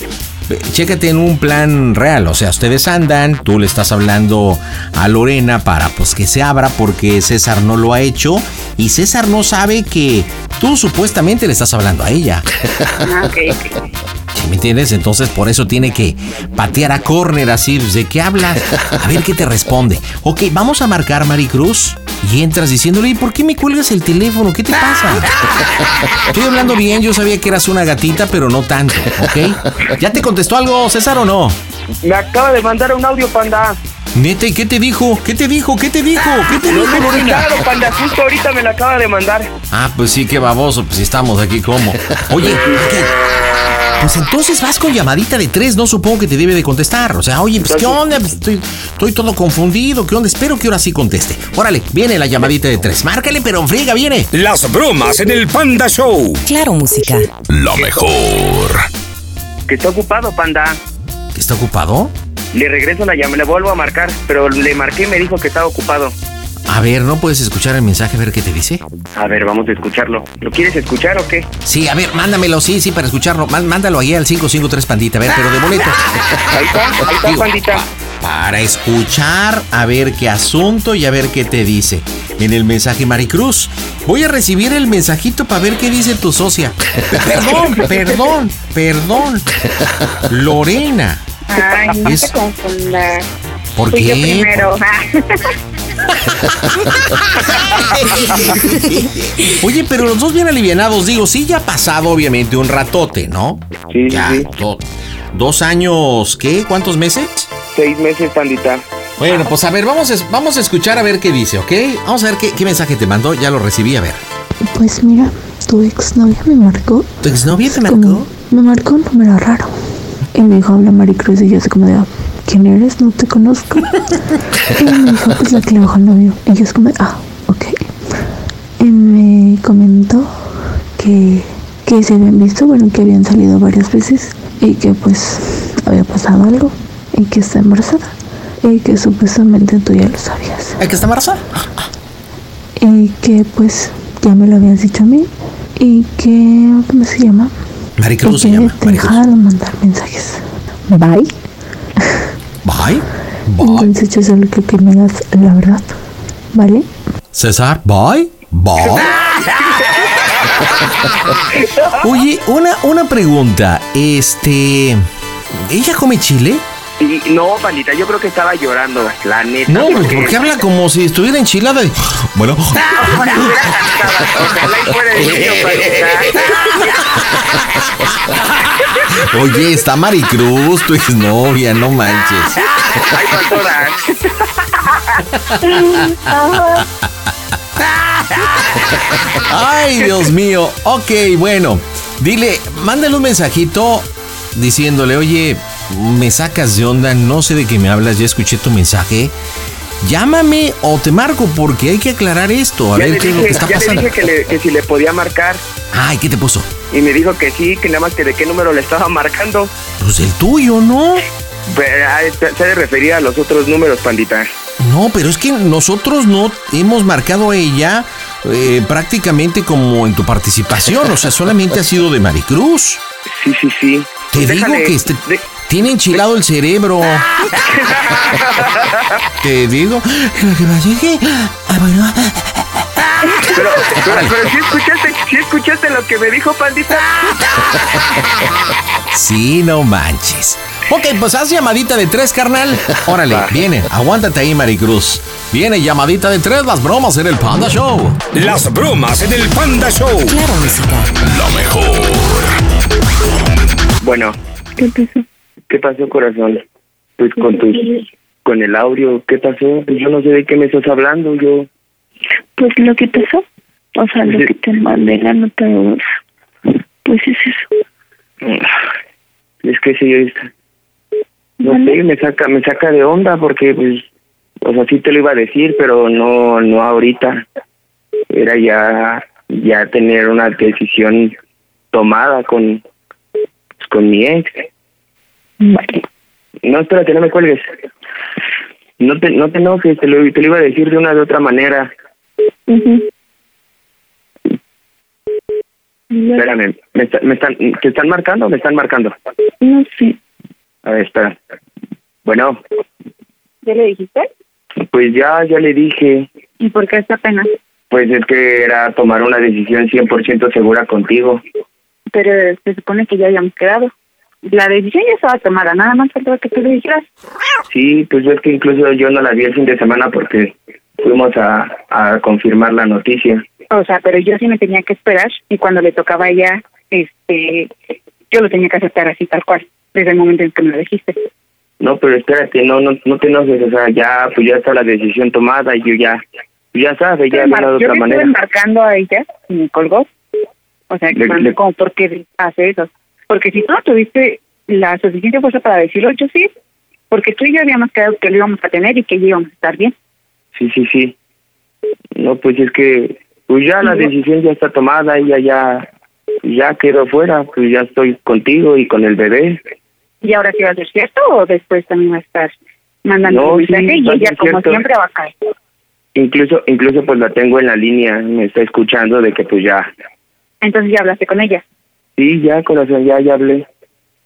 S2: eh, Chécate en un plan real, o sea, ustedes andan, tú le estás hablando a Lorena para pues que se abra porque César no lo ha hecho y César no sabe que tú supuestamente le estás hablando a ella.
S20: Ah, ok, ok.
S2: ¿Sí ¿Me entiendes? Entonces por eso tiene que patear a córner así. pues, ¿De qué hablas? A ver qué te responde. Ok, vamos a marcar Maricruz y entras diciéndole, ¿y por qué me cuelgas el teléfono? ¿Qué te pasa? Estoy hablando bien, yo sabía que eras una gatita, pero no tanto, ¿ok? ¿Ya te contestó algo, César, o no?
S16: Me acaba de mandar un audio, panda.
S2: Neta, ¿y qué te dijo? ¿Qué te dijo? ¿Qué te dijo? ¿Qué te dijo, Lorena?
S16: Claro, panda, justo ahorita me la acaba de mandar.
S2: Ah, pues sí, qué baboso, pues si estamos aquí, ¿cómo? Oye, ok, pues entonces vas con llamadita de tres, no supongo que te debe de contestar. O sea, oye, pues ¿qué onda? Pues, estoy, estoy todo confundido, ¿qué onda? Espero que ahora sí conteste. Órale, viene la llamadita de tres, márcale, pero friega, viene.
S5: Las bromas en el Panda Show.
S1: Claro, música.
S18: La mejor.
S16: Que está ocupado, panda.
S2: ¿Que ¿Está ocupado?
S16: Le regreso la llamada, le vuelvo a marcar, pero le marqué y me dijo que estaba ocupado.
S2: A ver, ¿no puedes escuchar el mensaje, a ver qué te dice?
S16: A ver, vamos a escucharlo. ¿Lo quieres escuchar o qué?
S2: Sí, a ver, mándamelo, sí, sí, para escucharlo. Má- Mándalo ahí al 553 Pandita, a ver, pero de boleto.
S16: Ahí está, ahí está,
S2: Digo,
S16: pandita.
S2: pa- para escuchar, a ver qué asunto y a ver qué te dice. En el mensaje Maricruz, voy a recibir el mensajito para ver qué dice tu socia. Perdón, perdón, perdón. Lorena.
S20: Ay, no
S2: Es-
S20: te confundas.
S2: ¿Por
S20: Fui yo
S2: qué?
S20: primero.
S2: Oye, pero los dos bien alivianados, digo, sí ya ha pasado obviamente un ratote, ¿no? Sí, dos años, ¿qué? ¿Cuántos meses?
S16: Seis meses, pandita.
S2: Bueno, pues a ver, vamos a, es- vamos a escuchar a ver qué dice, ¿ok? Vamos a ver qué, qué mensaje te mandó, ya lo recibí, a ver.
S22: Pues mira, tu exnovia me marcó.
S2: ¿Tu exnovia te
S22: marcó? me marcó un número raro. Y me dijo, habla Maricruz. Y yo así como de, "Ah, ¿quién eres? No te conozco. y me dijo, pues la que le bajó el novio. Y yo así como, de, ah, ok. Y me comentó que, que se habían visto, bueno, que habían salido varias veces. Y que pues había pasado algo. Y que está embarazada. Y que supuestamente tú ya lo sabías.
S2: ¿El que está embarazada?
S22: Y que pues ya me lo habías dicho a mí. Y que, ¿cómo se llama?
S2: Maricruz
S22: Y
S2: se
S22: que
S2: llama,
S22: te dejaron mandar mensajes. Bye.
S2: Bye.
S22: Entonces yo solo creo que me digas la verdad. ¿Vale?
S2: César, bye. Bye. Oye, una, una pregunta. Este. ¿Ella come chile?
S16: Y no, pandita, yo creo que estaba llorando, la neta.
S2: No, pues
S16: porque-
S2: porque habla como si estuviera enchilada. y- Bueno. Oye, está Maricruz, tu exnovia, no manches.
S16: Ay, pastora.
S20: Ah.
S2: Ay, Dios mío. Ok, bueno. Dile, mándale un mensajito diciéndole, oye, me sacas de onda, no sé de qué me hablas, ya escuché tu mensaje. Llámame o te marco porque hay que aclarar esto, a
S16: Ya
S2: ver
S16: le
S2: qué es lo
S16: dije-
S2: que está
S16: ya
S2: pasando.
S16: le dije que, le- que si le podía marcar
S2: Ay, ¿qué te puso?
S16: y me dijo que sí, que nada más que de qué número le estaba marcando.
S2: Pues el tuyo, ¿no?
S16: Pero, ah, se se ha de referir a los otros números, pandita.
S2: No, pero es que nosotros no hemos marcado a ella eh, prácticamente como en tu participación, o sea, solamente ha sido de Maricruz.
S16: Sí, sí, sí. Pues
S2: Te
S16: Déjale,
S2: digo que este- tiene enchilado el cerebro. Te digo. Lo que pasa es que. ah, bueno,
S16: Pero, pero, pero sí escuchaste, sí escuchaste lo que me dijo, pandita.
S2: Sí, no manches. Ok, pues haz llamadita de tres, carnal. Órale, viene, aguántate ahí, Maricruz. Viene llamadita de tres, las bromas en el Panda Show.
S5: Las bromas en el Panda Show. Claro, música. Lo mejor.
S16: Bueno. ¿Qué pasó? ¿Qué pasó, corazón? Pues con tus, con el audio, ¿qué pasó? Pues yo no sé de qué me estás hablando, yo.
S17: Pues lo que pasó, o sea, lo que te mandé en la nota de voz, pues es eso.
S16: Es que señorita, no sé, me saca, me saca de onda porque, pues, o sea, sí te lo iba a decir, pero no, no ahorita. Era ya, ya tener una decisión tomada con, pues, con mi ex. No, espérate, no me cuelgues. No te, no te enojes, te lo, te lo iba a decir de una de otra manera. Espérame, me, está- me están, ¿te están marcando o me están marcando?
S17: No sé,
S16: A ver, espera. Bueno,
S20: ¿Ya le dijiste?
S16: pues ya, ya le dije,
S20: ¿Y por qué esta pena?
S16: pues es que era tomar una decisión 100% segura contigo.
S20: Pero se supone que ya habíamos quedado. La decisión ya estaba tomada, nada más faltaba que tú le dijeras.
S16: Sí, pues es que incluso yo no la vi el fin de semana porque fuimos a, a confirmar la noticia.
S20: O sea, pero yo sí me tenía que esperar y cuando le tocaba ya, este, yo lo tenía que aceptar así tal cual, desde el momento en que me lo dijiste.
S16: No, pero espérate, no, no, no te enojes, o sea, ya, pues ya está la decisión tomada y yo ya, pues ya sabes, ya de una de
S20: yo
S16: otra
S20: le estuve
S16: manera.
S20: marcando a ella y me colgó. O sea,
S16: Le-
S20: cuando-
S16: le-
S20: como, ¿por qué hace eso? Porque si tú no tuviste la suficiente fuerza para decirlo, yo sí, porque tú y yo habíamos quedado que lo íbamos a tener y que ya íbamos a estar bien.
S16: Sí, sí, sí. No, pues es que, pues ya la decisión ya está tomada, ella ya, ya quedó fuera, pues ya estoy contigo y con el bebé.
S20: ¿Y ahora sí va a ser cierto o después también va a estar mandando
S16: No,
S20: un
S16: sí,
S20: mensaje y
S16: va a
S20: ella,
S16: ser
S20: como
S16: cierto.
S20: siempre, va a caer?
S16: Incluso, incluso pues la tengo en la línea, me está escuchando de que pues ya,
S20: Entonces ya hablaste con ella.
S16: sí, ya corazón, ya, ya hablé.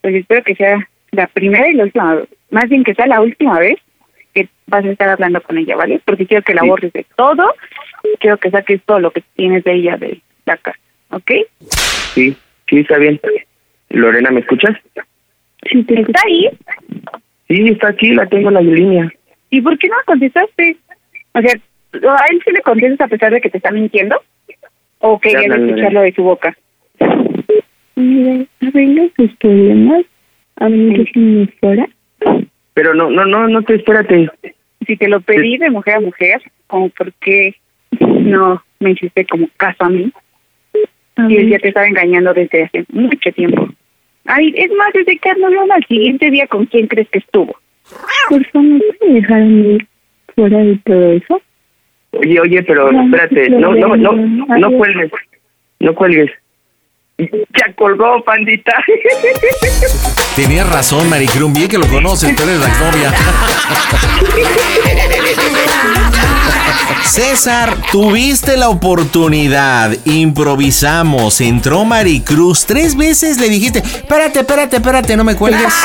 S20: Pues espero que sea la primera y la última, más bien que sea la última vez que vas a estar hablando con ella, ¿vale? Porque quiero que la borres de todo, quiero que saques todo lo que tienes de ella de la casa, ¿ok?
S16: Sí, sí, está bien. Lorena, ¿me escuchas?
S20: Sí, ¿Está ahí?
S16: Sí, está aquí, la tengo en la línea.
S20: ¿Y por qué no contestaste? O sea, ¿a él sí le contestas a pesar de que te está mintiendo? ¿O que
S16: Ya,
S20: quieres
S16: no, no, no.
S20: escucharlo de su boca?
S22: Mira, arregla
S17: pues,
S22: tus problemas, a menos que me fuera.
S16: Pero no, no, no, no te espérate.
S20: Si te lo pedí de mujer a mujer, como por qué no me hiciste como caso a mí. Y él ya te estaba engañando desde hace mucho tiempo. Ay, es más, desde que no hablaba al siguiente día, ¿con quién crees que estuvo?
S22: Por favor, me dejaron ir fuera de todo eso.
S16: Oye, oye, pero espérate, no, no, no, no, no cuelgues, no cuelgues. Ya colgó, pandita.
S2: Tenías razón, Maricrún, bien que lo conoces, tú eres la novia. César, tuviste la oportunidad, improvisamos, entró Maricruz, tres veces le dijiste, espérate, espérate, espérate, no me cuelgues.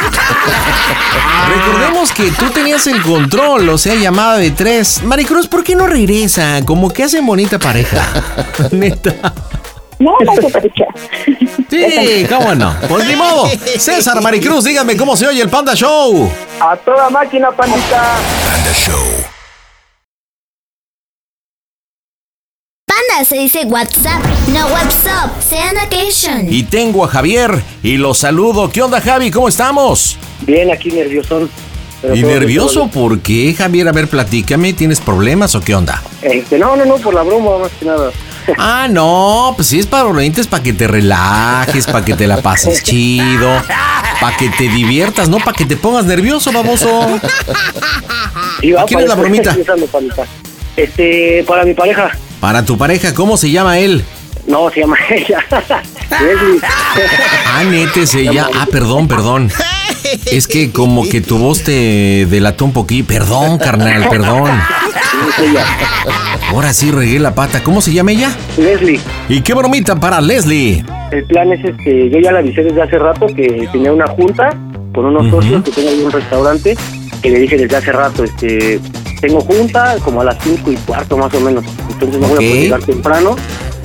S2: Recordemos que tú tenías el control, o sea, llamada de tres. Maricruz, ¿por qué no regresa? Como que hacen bonita pareja. Neta.
S20: No, no te escucha.
S2: Sí, cómo no. Pues ni modo. César Maricruz, dígame cómo se oye el Panda Show.
S16: A toda máquina, pandita.
S18: Panda Show.
S10: Panda se dice WhatsApp, no WhatsApp. Sean occasion.
S2: Y tengo a Javier y lo saludo. ¿Qué onda, Javi? ¿Cómo estamos?
S11: Bien, aquí nervioso.
S2: ¿Y nervioso por qué, Javier? A ver, platícame. ¿Tienes problemas o qué onda?
S11: Este, no, no, no, por la broma, más que nada.
S2: Ah, no, pues sí es para es para que te relajes, para que te la pases chido, para que te diviertas, no para que te pongas nervioso, baboso. ¿Para quién es la
S11: para-
S2: bromita?
S11: empezando, pandita. Este, para mi pareja.
S2: Para tu pareja, ¿cómo se llama él?
S11: No, se llama ella. Es mi-
S2: Ah, nete, se llama. Ah, perdón, perdón. Es que como que tu voz te delató un poquito. Perdón, carnal, perdón. Ahora sí regué la pata. ¿Cómo se llama ella?
S11: Leslie.
S2: ¿Y qué bromita para Leslie?
S11: El plan es este, yo ya la avisé desde hace rato que tenía una junta con unos socios que tengo ahí un restaurante, que le dije desde hace rato, este, tengo junta como a las cinco y cuarto más o menos, entonces no voy a poder llegar temprano,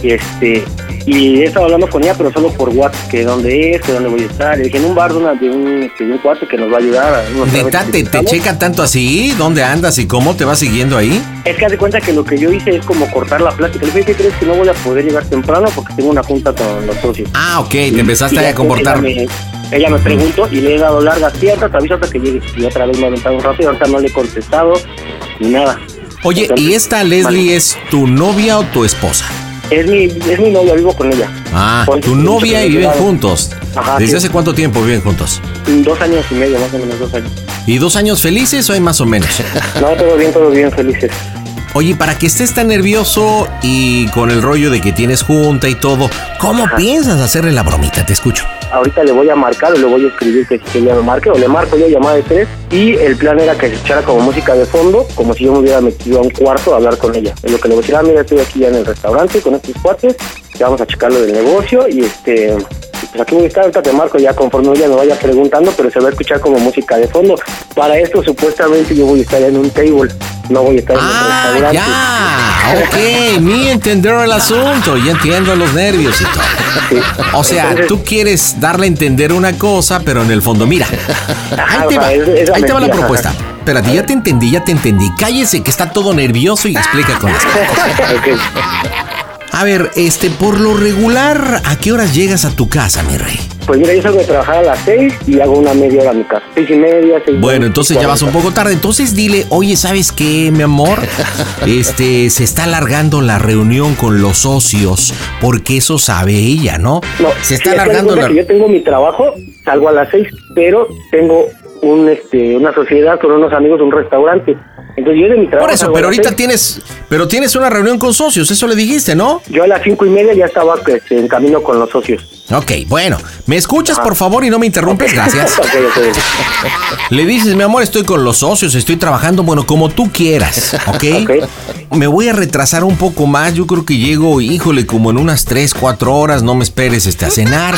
S11: y este, y he estado hablando con ella pero solo por WhatsApp, que dónde es, que dónde voy a estar, le dije en un bar de, una- de un, este, de un cuarto que nos va a ayudar a unos
S2: Neta, te,
S11: trámites que
S2: te
S11: necesitamos.
S2: checa tanto así. ¿Dónde andas y cómo te va siguiendo ahí?
S11: Es que haz de cuenta que lo que yo hice es como cortar la plática. Le dije, ¿qué crees que no voy a poder llegar temprano porque tengo una junta con los socios?
S2: Ah, ok, te empezaste ahí a comportar.
S11: Ella me, ella me preguntó y le he dado largas ciertas, te aviso hasta que llegue. Y otra vez me ha aventado un rato y ahorita no le he contestado ni nada.
S2: Oye, ¿y esta Leslie es tu novia o tu esposa?
S11: Es mi, es mi novia, vivo con ella.
S2: Ah,
S11: Con-
S2: tu novia y viven
S11: Claro.
S2: juntos.
S11: Ajá, sí.
S2: ¿Desde hace cuánto tiempo viven juntos?
S11: Dos años y medio, más o menos dos años.
S2: ¿Y dos años felices o hay más o menos?
S11: No, todo bien, todo bien, felices.
S2: Oye, para que estés tan nervioso y con el rollo de que tienes junta y todo, ¿cómo piensas hacerle la bromita? Te escucho.
S11: Ahorita le voy a marcar o le voy a escribir que, que ella me marque o le marco yo llamada de tres. Y el plan era que se echara como música de fondo, como si yo me hubiera metido a un cuarto a hablar con ella. En lo que le voy a decir, ah, mira, estoy aquí ya en el restaurante con estos cuates, ya vamos a checar lo del negocio y este. y Pues aquí voy a estar, ahorita te marco ya conforme ella me vaya preguntando, pero se va a escuchar como música de fondo. Para esto supuestamente yo voy a estar en un table, no voy a estar en el restaurante.
S2: Ah, ok, mi entender el asunto, ya entiendo los nervios y todo. O sea, tú quieres darle a entender una cosa, pero en el fondo, mira, ahí te va,
S11: Ajá, Ah, es- es la
S2: ahí te va la
S11: mentira,
S2: propuesta.
S11: ajá.
S2: Espérate, ya te entendí, ya te entendí. Cállese que está todo nervioso y explica con las cosas. A ver, este, por lo regular, ¿a qué horas llegas a tu casa, mi rey?
S11: Pues mira, yo salgo de trabajar a las seis y hago una media hora a mi casa. Seis y media, seis
S2: Bueno, entonces ya vas un poco tarde. Entonces dile, oye, ¿sabes qué, mi amor? Este, se está alargando la reunión con los socios, porque eso sabe ella, ¿no? se está
S11: Sí, es que haz de
S2: alargando
S11: cuenta
S2: la...
S11: que yo tengo mi trabajo, salgo a las seis, pero tengo un este una sociedad con unos amigos, un restaurante. Entonces yo de mi trabajo.
S2: Por eso,
S11: salgo a
S2: pero
S11: las
S2: ahorita
S11: seis.
S2: tienes... Pero tienes una reunión con socios, eso le dijiste, ¿no?
S11: Yo a las cinco y media ya estaba este, en camino con los socios.
S2: Ok, bueno, ¿me escuchas por favor y no me interrumpes? Gracias.
S11: Ok, ok.
S2: Le dices, mi amor, estoy con los socios, estoy trabajando, bueno, como tú quieras, ¿ok? Me voy a retrasar un poco más, yo creo que llego, híjole, como en unas 3, 4 horas, no me esperes este, a cenar.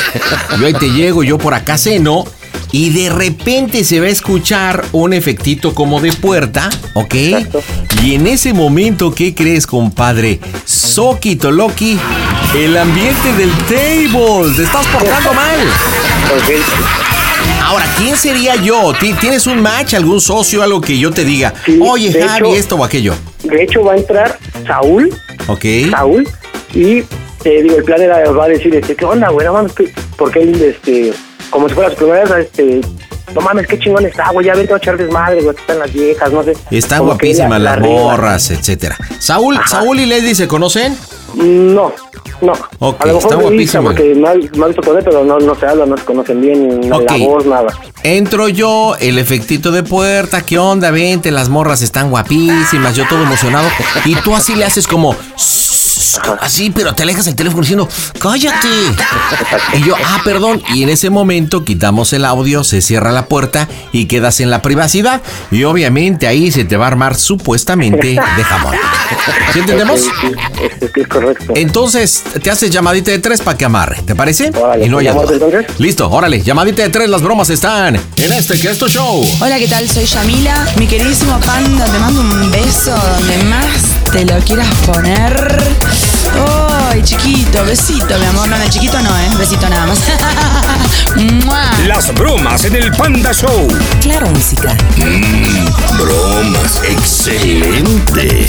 S2: Yo ahí te llego, yo por acá ceno y de repente se va a escuchar un efectito como de puerta, ¿ok? Y en ese momento, ¿qué crees, compadre? Soki Toloki, el ambiente del table, te estás portando mal. Ahora, ¿quién sería yo? ¿Ti- ¿Tienes un match, algún socio, algo que yo te diga? Oye,
S11: de
S2: Javi,
S11: hecho-
S2: esto o aquello.
S11: De hecho, va a entrar Saúl,
S2: ¿Ok?
S11: Saúl, y eh, digo, el plan era, va a decir, este, ¿qué onda, güey? No mames, ¿qué- porque él, este, como si fuera su primera vez, este, no mames, qué chingón está, güey, ya vente a echar desmadre, güey, aquí están las viejas, no sé.
S2: Están
S11: Como que
S2: guapísimas
S11: la-
S2: las
S11: la riega.
S2: morras, etcétera. Saúl, Saúl y Leslie se conocen.
S11: No, no.
S2: Ok,
S11: a lo
S2: está
S11: mejor me gusta
S2: guapísimo.
S11: porque me ha, me ha visto con él, pero no, no se habla, no se conocen bien, no
S2: Ok.
S11: la voz, nada.
S2: Entro yo, el efectito de puerta, ¿qué onda? Vente, las morras están guapísimas, yo todo emocionado. Y tú así le haces como... Así, Ah, pero te alejas el teléfono diciendo, cállate. Y yo, ah, perdón. Y en ese momento quitamos el audio, se cierra la puerta y quedas en la privacidad. Y obviamente ahí se te va a armar supuestamente de jamón. ¿Sí entendemos?
S11: este, correcto.
S2: Entonces, te haces llamadita de tres para que amarre, ¿te parece? y no hay
S11: ¿llamamos
S2: duda. Listo, órale, llamadita de tres, las bromas están en este que es tu show.
S3: Hola, ¿qué tal? Soy Yamila. Mi queridísimo panda, te mando un beso donde más te lo quieras poner. ¡Ay, chiquito! Besito, mi amor. No, no, chiquito no, ¿eh? Besito nada más. ¡Mua!
S23: Las bromas en el Panda Show.
S6: Claro, música.
S5: Mm, bromas, excelente.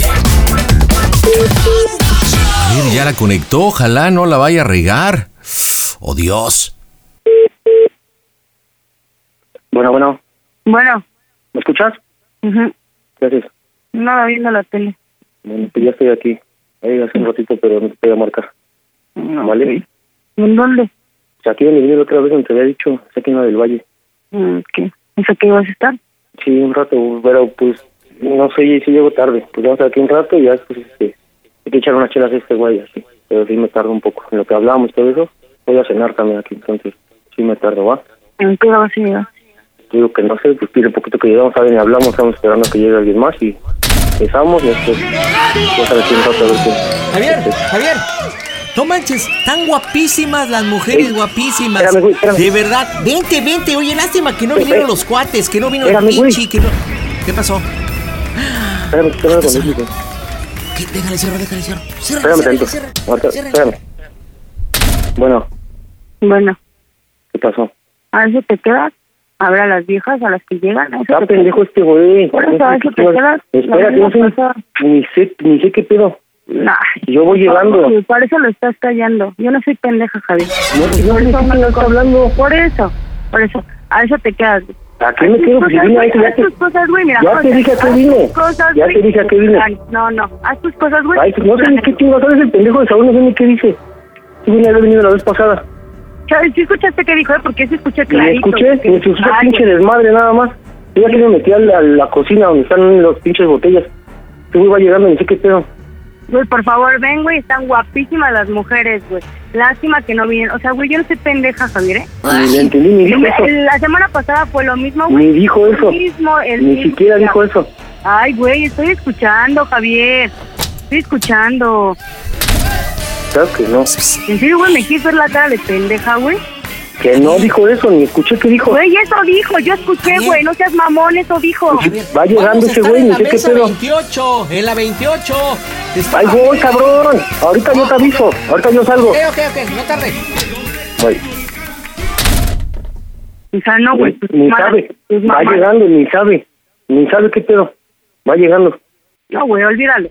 S2: A ver, ya la conectó, ojalá no la vaya a regar. Oh Dios.
S11: Bueno, bueno,
S17: Bueno,
S11: ¿me escuchas?
S17: ujú,
S11: Gracias.
S17: nada viendo la tele.
S11: Bueno, pues ya estoy aquí. Ahí hace un ratito, pero no te voy a marcar. ¿Vale?
S17: ¿En dónde?
S11: O sea, aquí en el video otra vez donde te había dicho, es aquí en la del Valle.
S17: Mm, ¿Qué? ¿Es aquí vas a estar?
S11: Sí, un rato, pero pues, no sé si llego tarde. Pues vamos a estar aquí un rato y ya después este, hay que echar unas chelas a este güey, así. Pero sí me tardo un poco. En lo que hablamos y todo eso, voy a cenar también aquí, entonces sí me tardo, ¿va?
S17: ¿En qué hora vas a llegar?
S11: Te Digo que no sé, pues pide un poquito que llegamos, saben, hablamos, estamos esperando que llegue alguien más y empezamos y después, ya sabes, un rato a ver qué.
S13: Javier, Javier. No manches, tan guapísimas las mujeres, guapísimas. De verdad, vente, vente. Oye, lástima que no
S11: Espérame.
S13: vinieron los cuates, que no vino
S11: Espérame,
S13: el
S11: güey.
S13: pinche, que no. ¿Qué pasó?
S11: Espérame, espérame, conmigo.
S13: ¿Qué? Déjale cierro, déjale cierro. Cierra,
S11: espérame tanto.
S13: cierra, cierra.
S11: Ahorita,
S13: cierra.
S11: Espérame. Bueno,
S17: Bueno,
S11: ¿qué pasó?
S17: ¿a eso te quedas? ¿Habrá las viejas a las que llegan? ¿A eso
S11: Está
S17: te
S11: pendejo
S17: quedas?
S11: este güey.
S17: Por eso,
S11: No sé
S17: a
S11: qué
S17: eso te
S11: pedo.
S17: quedas.
S11: Espérate,
S17: La
S11: no sé
S17: misma
S11: ni- ni sé, ni sé qué pedo.
S17: Nah.
S11: Yo voy llegando.
S17: Oye, Por eso lo estás callando. Yo no soy pendeja, Javier.
S11: No, no,
S17: por,
S11: no,
S17: eso
S11: no, no,
S17: por- por eso, por eso. A eso te quedas.
S11: ¿A qué me
S17: Haz tus
S11: quedo? Pues si
S17: cosas,
S11: vine a
S17: güey,
S11: eso, ya
S17: haz
S11: te-
S17: tus cosas, güey, mira,
S11: ya te
S17: cosas,
S11: dije a qué
S17: haz
S11: vine.
S17: tus cosas,
S11: Ya te
S17: güey.
S11: dije a qué vine.
S17: Ay, No, no, haz tus cosas, güey.
S11: Ay, pues no sé ni qué chingo, ¿sabes el pendejo de Saúl? No sé ni qué dice. Sí, vine a haber venido la vez pasada.
S17: Chávez, ¿sí escuchaste qué dijo? eh? Porque se escucha
S11: Y
S17: clarito.
S11: escuché, me escuché
S17: Ay,
S11: pinche desmadre nada más. Yo ya que me metí a la, a la cocina donde están las pinches botellas. Este güey va llegando, ni sé qué pedo.
S17: Güey, por favor, ven, güey, están guapísimas las mujeres, güey. Lástima que no vienen. O sea, güey, yo no soy pendeja, Javier, ¿eh?
S11: Ni le entendí, ni dijo eso.
S17: La semana pasada fue lo mismo, güey.
S11: Ni dijo eso.
S17: El mismo, el
S11: Ni
S17: mismo.
S11: siquiera dijo eso.
S17: Ay, güey, estoy escuchando, Javier. Estoy escuchando.
S11: Claro que no.
S17: ¿En serio, güey, me quieres ver la cara de pendeja, güey?
S11: Que no dijo eso, ni escuché que dijo.
S17: Güey, eso dijo, yo escuché, güey, no seas mamón, eso dijo.
S11: Pues Va llegando ese güey, ni sé qué pedo.
S13: 28, en la 28.
S11: Ahí voy, cabrón. Ahorita yo te aviso. Ahorita yo salgo.
S13: Ok,
S17: Eh.
S13: ok, ok, no tarde.
S11: Güey,
S17: O sea, no, güey. pues, tus
S11: ni
S17: mamadas,
S11: sabe.
S17: tus
S11: Va
S17: mamadas.
S11: llegando, ni sabe. Ni sabe qué pedo. Va llegando.
S17: No, güey, olvídalo.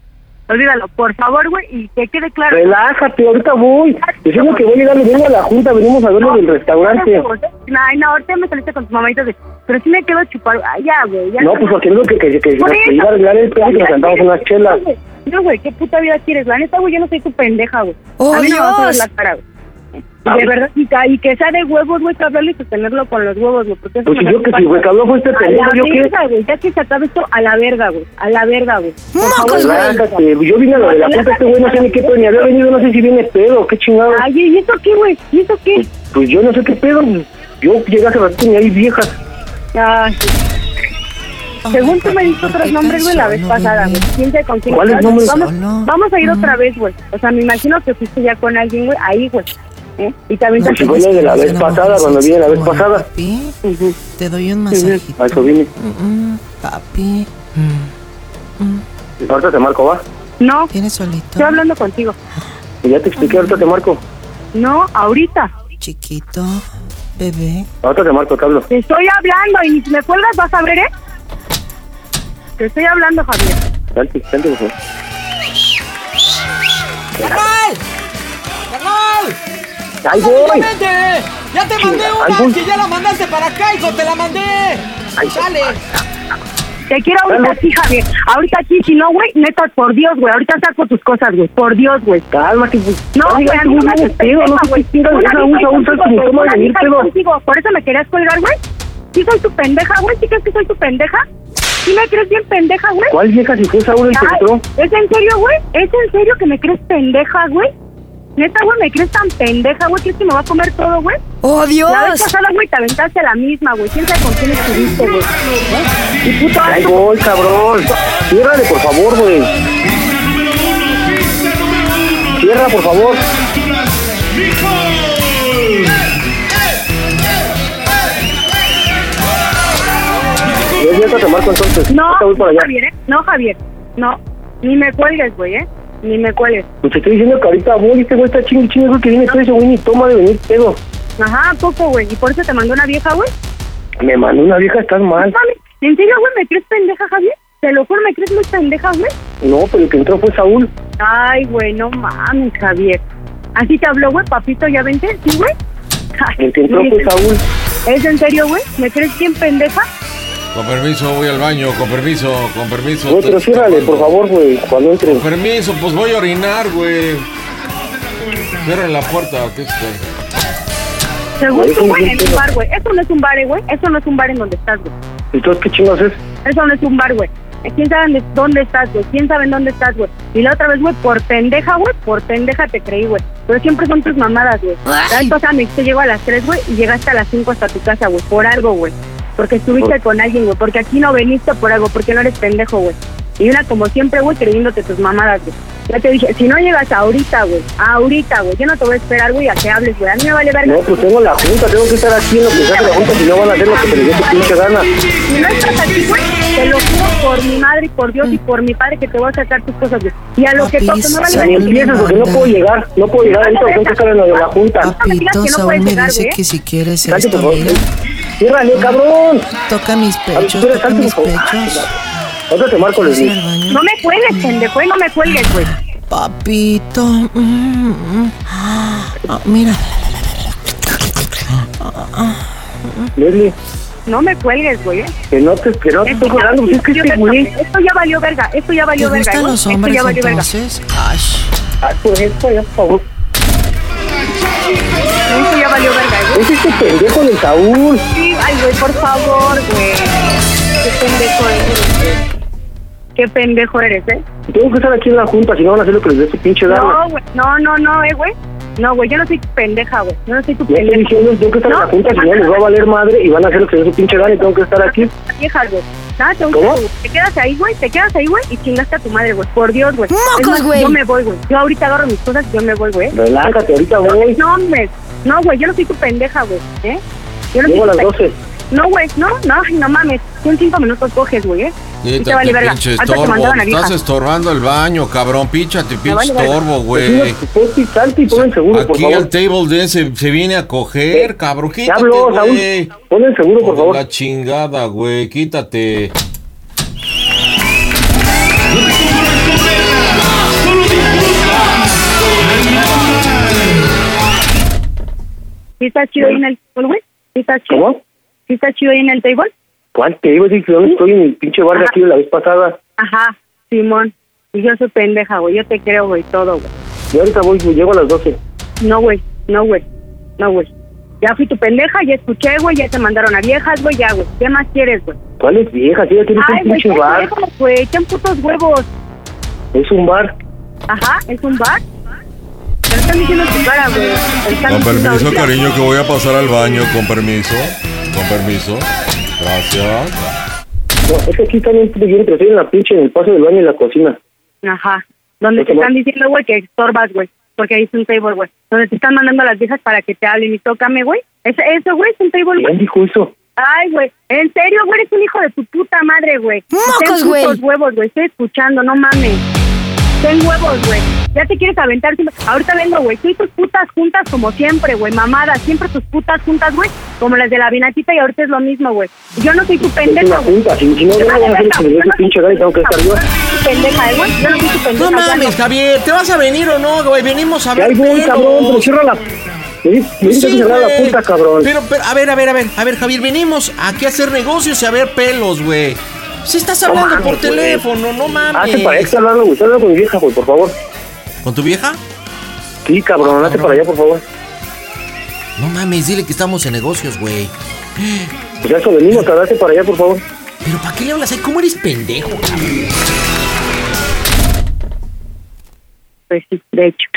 S17: Olvídalo, por favor, güey, y que quede claro.
S11: Relájate, ahorita voy. Decimos que voy llegando, vengo a la junta, venimos a verlo del restaurante.
S17: Ay, no, ahorita me saliste con tus mamaditas de. Pero sí me quedo chupar. Ay, ya, güey. Ya
S11: No, pues porque es lo que, que, que,
S17: Por
S11: que iba a arreglar el pedo y nos sentamos unas chelas.
S17: No, güey, ¿qué puta vida quieres? La neta, güey, yo no soy tu pendeja, güey.
S6: ¡Oh,
S17: A mí no me vas a ver
S6: Dios!
S17: la cara, güey.
S11: Ah,
S17: De
S11: pues.
S17: verdad, y, ca- y que sea de huevos, güey, que hablarle y sostenerlo con los huevos, güey. Porque eso
S11: Pues
S17: me
S11: si yo
S17: da
S11: que
S17: culpa.
S11: si, güey, que habló fue este
S17: A
S11: pendejo,
S17: la
S11: ¿yo qué?
S17: verga, güey, ya que se acabe esto, a la verga, güey. A la verga, pues, güey. Por favor,
S6: pues,
S11: Relájate. Yo vine a lo de la junta, este güey no sé ni qué pedo, ni había venido, no sé si viene pedo, qué chingado.
S17: Ay, ¿y eso qué, güey? ¿Y eso qué?
S11: Pues yo no sé qué pedo. Yo llegué hace ratito y hay viejas.
S17: Ay. Según tú me diste otros nombres, güey, la vez pasada, güey. ¿Quién sabe con quién?
S11: ¿Cuáles nombres?
S17: Vamos, vamos a ir otra vez, güey. O sea, me imagino que fuiste ya con alguien, güey, ahí, güey. ¿eh? Y también
S11: Pues si fue lo de la vez pasada, cuando vine la vez pasada.
S1: Papi, te doy un
S11: Ujú.
S1: masajito.
S11: A eso vine.
S1: Mm, papi.
S17: Mm.
S11: Y Ahorita te marco, va.
S17: No. Tienes solito. Estoy hablando contigo.
S11: Y ya te expliqué, ahorita te marco.
S17: No, ahorita.
S1: Chiquito, bebé.
S11: Ahorita te marco, te hablo.
S17: Te estoy hablando y ni si me cuelgas vas a ver, ¿eh? Te estoy hablando, Javier.
S11: Salte, salte, por favor.
S19: ¡Carnal! ¡Carnal!
S11: ¡Ahí voy!
S19: ¡Vente! ¡Ya te mandé
S11: Chinga, ahí voy.
S19: una! ¡Que ya la mandaste para acá, hijo! ¡Te la mandé! ¡Sale!
S17: Te quiero ahorita aquí, Javier. Ahorita aquí, si no, güey, neta, por Dios, güey. Ahorita saco tus cosas, güey. Por Dios, güey.
S11: Cálmate, güey.
S17: No,
S11: Ay,
S17: güey,
S11: ay,
S17: a mí
S11: pues, no,
S17: me
S11: no, pedo, no
S17: respeta,
S11: sé
S17: güey.
S11: qué chingas,
S17: Una
S11: ya la
S17: vieja
S11: usa,
S17: soy
S11: usa
S17: contigo,
S11: como toma de
S17: una
S11: venir,
S17: vieja
S11: pedo.
S17: contigo. Por eso me querías colgar, güey. ¿Sí soy tu pendeja, güey? ¿Sí crees que soy tu pendeja? ¿Sí me crees bien pendeja, güey?
S11: ¿Cuál vieja si fue Saúl el que
S17: Ay,
S11: entró?
S17: ¿Es en serio, güey? ¿Es en serio que me crees pendeja, güey? Neta, güey, me crees tan pendeja, güey, ¿crees que me va a comer todo, güey?
S4: ¡Oh, Dios!
S17: La vez pasada, güey, te aventaste a la misma, güey. ¿Quién sabe con quién estuviste, güey? ¿Eh? Y puto
S11: Ahí
S17: asco.
S11: voy, cabrón. Ciérrale, por favor, güey. Cierra, por favor. Yo voy a tomar con entonces.
S17: No,
S11: Ahorita voy para
S17: no,
S11: allá.
S17: Javier, ¿eh? No, Javier. No. Ni me cuelgues, güey, ¿eh? Ni me cuelgues.
S11: Pues te estoy diciendo que ahorita voy, este güey está chingue chingue, güey, que viene todo eso, güey, ni toma de venir pedo.
S17: Ajá, ¿a poco, güey. ¿Y por eso te mandó una vieja, güey?
S11: Me mandó una vieja, estás mal.
S17: Mami, ¿en serio, güey, me crees pendeja, Javier? Te lo juro, ¿me crees muy pendeja, güey?
S11: No, pero el que entró fue Saúl.
S17: Ay, güey, no mames, Javier. ¿Así te habló, güey, papito? ¿Ya vente? ¿Sí, güey? Ay,
S11: El que entró fue
S17: sí.
S11: Saúl.
S17: ¿Es en serio, güey? ¿Me crees bien pendeja?
S24: Con permiso, voy al baño, con permiso, con permiso.
S11: Güey, pero ciérrale, por favor, güey, cuando entre.
S24: Con permiso, pues voy a orinar, güey. Cierra la puerta, ¿qué es esto?
S17: Según
S11: Güey,
S17: tú,
S11: sí,
S17: güey,
S11: sí,
S17: en
S11: sí.
S17: un bar, güey. Eso no es un bar, eh, güey. Eso no es un bar en donde estás, güey.
S11: Entonces, ¿qué chingas es?
S17: Eso no es un bar, güey. Eh, ¿Quién sabe dónde- dónde estás, güey? ¿Quién sabe en dónde estás, güey? Y la otra vez, güey, por pendeja, güey, por pendeja te creí, güey. Pero siempre son tus mamadas, güey. La vez pasada me dijiste, llego a las 3, güey, y llegaste a las 5 hasta tu casa, güey, por algo, güey. Porque estuviste con alguien, güey. Porque aquí no veniste por algo, porque no eres pendejo, güey. Y una como siempre, güey, creyéndote tus mamadas, güey. Ya te dije, si no llegas ahorita, güey, ahorita, güey, yo no te voy a esperar, güey, a que hables, güey. A mí me vale verga.
S11: No, pues tengo la junta, tengo que estar aquí en lo que se hace la junta, si no van a hacer lo que se les dé su pinche gana.
S17: Si no estás aquí, güey, te lo juro por mi madre y por Dios y por mi padre que te voy a sacar tus cosas, güey. Y a lo que toque, no vale
S11: Ni empiezas porque no puedo llegar, no puedo llegar ahorita, tengo que estar en lo de la junta.
S1: Papito,
S17: que no
S1: Saúl
S17: puedes
S1: me
S17: llegar, ¿eh?
S1: dice
S17: güey.
S1: que si quieres
S11: Salte,
S1: esto,
S11: por favor.
S1: mira.
S11: Ciérrale, cabrón.
S1: Toca mis pechos,
S11: espera,
S1: toca
S11: salte,
S1: mis
S11: por favor.
S1: pechos.
S11: Ahorita te marco, Leslie.
S17: No me cuelgues, pendejo, y no me cuelgues, güey.
S1: Papito. mm, mm. Ah, mira.
S11: Leslie,
S17: No me cuelgues, güey. eh.
S11: que no te, que no te
S17: Esto
S11: estoy
S17: ya-
S11: colgando, pues es que
S17: yo
S11: este
S17: te-
S11: güey.
S17: Esto ya valió verga, esto ya
S1: ¿Te
S17: valió verga.
S1: gustan
S17: güey.
S1: los hombres
S17: esto ya valió verga.
S1: entonces? Ash.
S11: Ay, pues esto ya, por favor.
S17: Esto ya valió verga, güey.
S11: Es este pendejo del Saúl.
S17: Sí, ay, güey, por favor, güey. Qué pendejo eres, güey. Qué pendejo eres, ¿eh?
S11: Tengo que estar aquí en la junta, si no van a hacer lo que les dé su pinche gana.
S17: No, güey, no, no, no, eh, güey. No, güey, yo no soy tu pendeja, güey. Yo no soy tu
S11: Ya estoy
S17: pendeja.
S11: diciendo, tengo que estar en la junta, si no les va a valer madre y van a hacer lo que les dé su pinche gana y tengo que estar aquí.
S17: viejas, güey. Nada, te,
S11: ¿Cómo?
S17: te quedas ahí, güey, te quedas ahí, güey, y chingaste a tu madre, güey. Por Dios, güey.
S11: ¡Mocos,
S17: Es más,
S11: güey!
S17: Yo me voy, güey. Yo ahorita agarro mis cosas y yo me voy, güey.
S11: Relájate, ahorita voy.
S17: No, hombre. No, güey, yo no soy tu pendeja, güey. ¿Eh? Yo no
S11: Llego a
S17: soy
S11: las
S17: tu pe-
S11: 12.
S17: No, güey, no, no, ay, no mames. Tú en cinco minutos coges, güey, ¿eh? Y te vale verga.
S24: pinche
S17: Ahorita te
S24: estorbo.
S17: mandaron a
S24: Estás
S17: vieja.
S24: estorbando el baño, cabrón. Píchate, pinche
S17: vale verga.
S24: estorbo,
S11: Pues
S24: güey.
S11: sí, Ponte y salte y pon el seguro, por
S24: Aquí
S11: favor.
S24: al table de ese se viene a
S17: Eh,
S24: coger, cabrón. Quítate,
S11: Ya habló, Saúl.
S24: güey.
S11: Pon el seguro, por
S24: Por
S11: favor.
S24: La chingada, güey. Quítate.
S17: ¿Sí está chido ahí en el table, güey? ¿Sí está chido?
S11: ¿Cómo?
S17: ¿Sí está chido ahí en el table?
S11: ¿Cuál te digo? Si yo no estoy en el pinche bar de aquí de la vez pasada.
S17: Ajá, Simón. Y yo soy pendeja, güey. Yo te creo, güey, todo, güey.
S11: Yo ahorita voy, llego a las 12.
S17: No, güey, no, güey, no, güey. Ya fui tu pendeja, ya escuché, güey, ya te mandaron a viejas, güey, ya, güey. ¿Qué más quieres, güey?
S11: ¿Cuál es vieja? Si ya tienes
S17: Ay,
S11: un
S17: güey,
S11: pinche
S17: qué
S11: bar.
S17: pendejo, güey, echan putos huevos.
S11: Es un bar.
S17: Ajá, es un bar. Pero están diciendo tu cara, güey. Están
S24: Con
S17: diciendo
S24: permiso,
S17: ahorita.
S24: cariño, que voy a pasar al baño. Con permiso. Con permiso. Gracias.
S11: No, es que aquí también estoy bien, pero estoy en la pinche, en el paso del baño y la cocina.
S17: Ajá. Donde
S11: Es
S17: te
S11: un bar.
S17: están diciendo, güey, que estorbas, güey. porque ahí es un table, güey. Donde te están mandando a las viejas para que te hablen y tócame, güey. Ese- Eso, güey, es un table, güey.
S11: dijo eso?
S17: Ay, güey, en serio, güey, eres un hijo de tu puta madre, güey.
S4: ¡Mocos,
S17: Ten
S4: güey!
S17: putos huevos, güey, estoy escuchando, no mames. Ten huevos, güey. Ya te quieres aventar. siempre- Ahorita vengo, güey. Soy tus putas juntas como siempre, güey. Mamadas, siempre tus putas juntas, güey. Como las de la vinatita y ahorita es lo mismo, güey. Yo no soy tu
S11: Es una
S17: pendejo, güey.
S11: junta. Si, si no, yo no voy a hacer que me dé ese pinche gallo, tengo que estar yo.
S17: Pendeja, ¿eh, güey. Yo no soy tu pendeja.
S19: No mames, Javier, ¿te vas a venir o no, güey? Venimos a ver. pelos.
S11: cierra la... Me dices
S19: Sí,
S11: Pues que cerrar la
S19: güey.
S11: puta, cabrón.
S19: Pero, pero, a ver, a ver, a ver, a ver, Javier, venimos aquí a hacer negocios y a ver pelos, güey. Si estás
S11: No
S19: hablando
S11: mames,
S19: por
S11: güey.
S19: teléfono, no mames.
S11: Hazte para allá, hablando, güey. Estoy hablando con mi vieja, güey, por favor.
S19: ¿Con tu vieja?
S11: Sí, cabrón, hazte para allá, por favor.
S19: No mames, dile que estamos en negocios, güey.
S11: Pues a eso venimos, cabrón, hazte para allá, por favor.
S19: Pero ¿para qué le hablas ahí? ¿Cómo eres pendejo, cabrón?
S17: Pues sí, de hecho.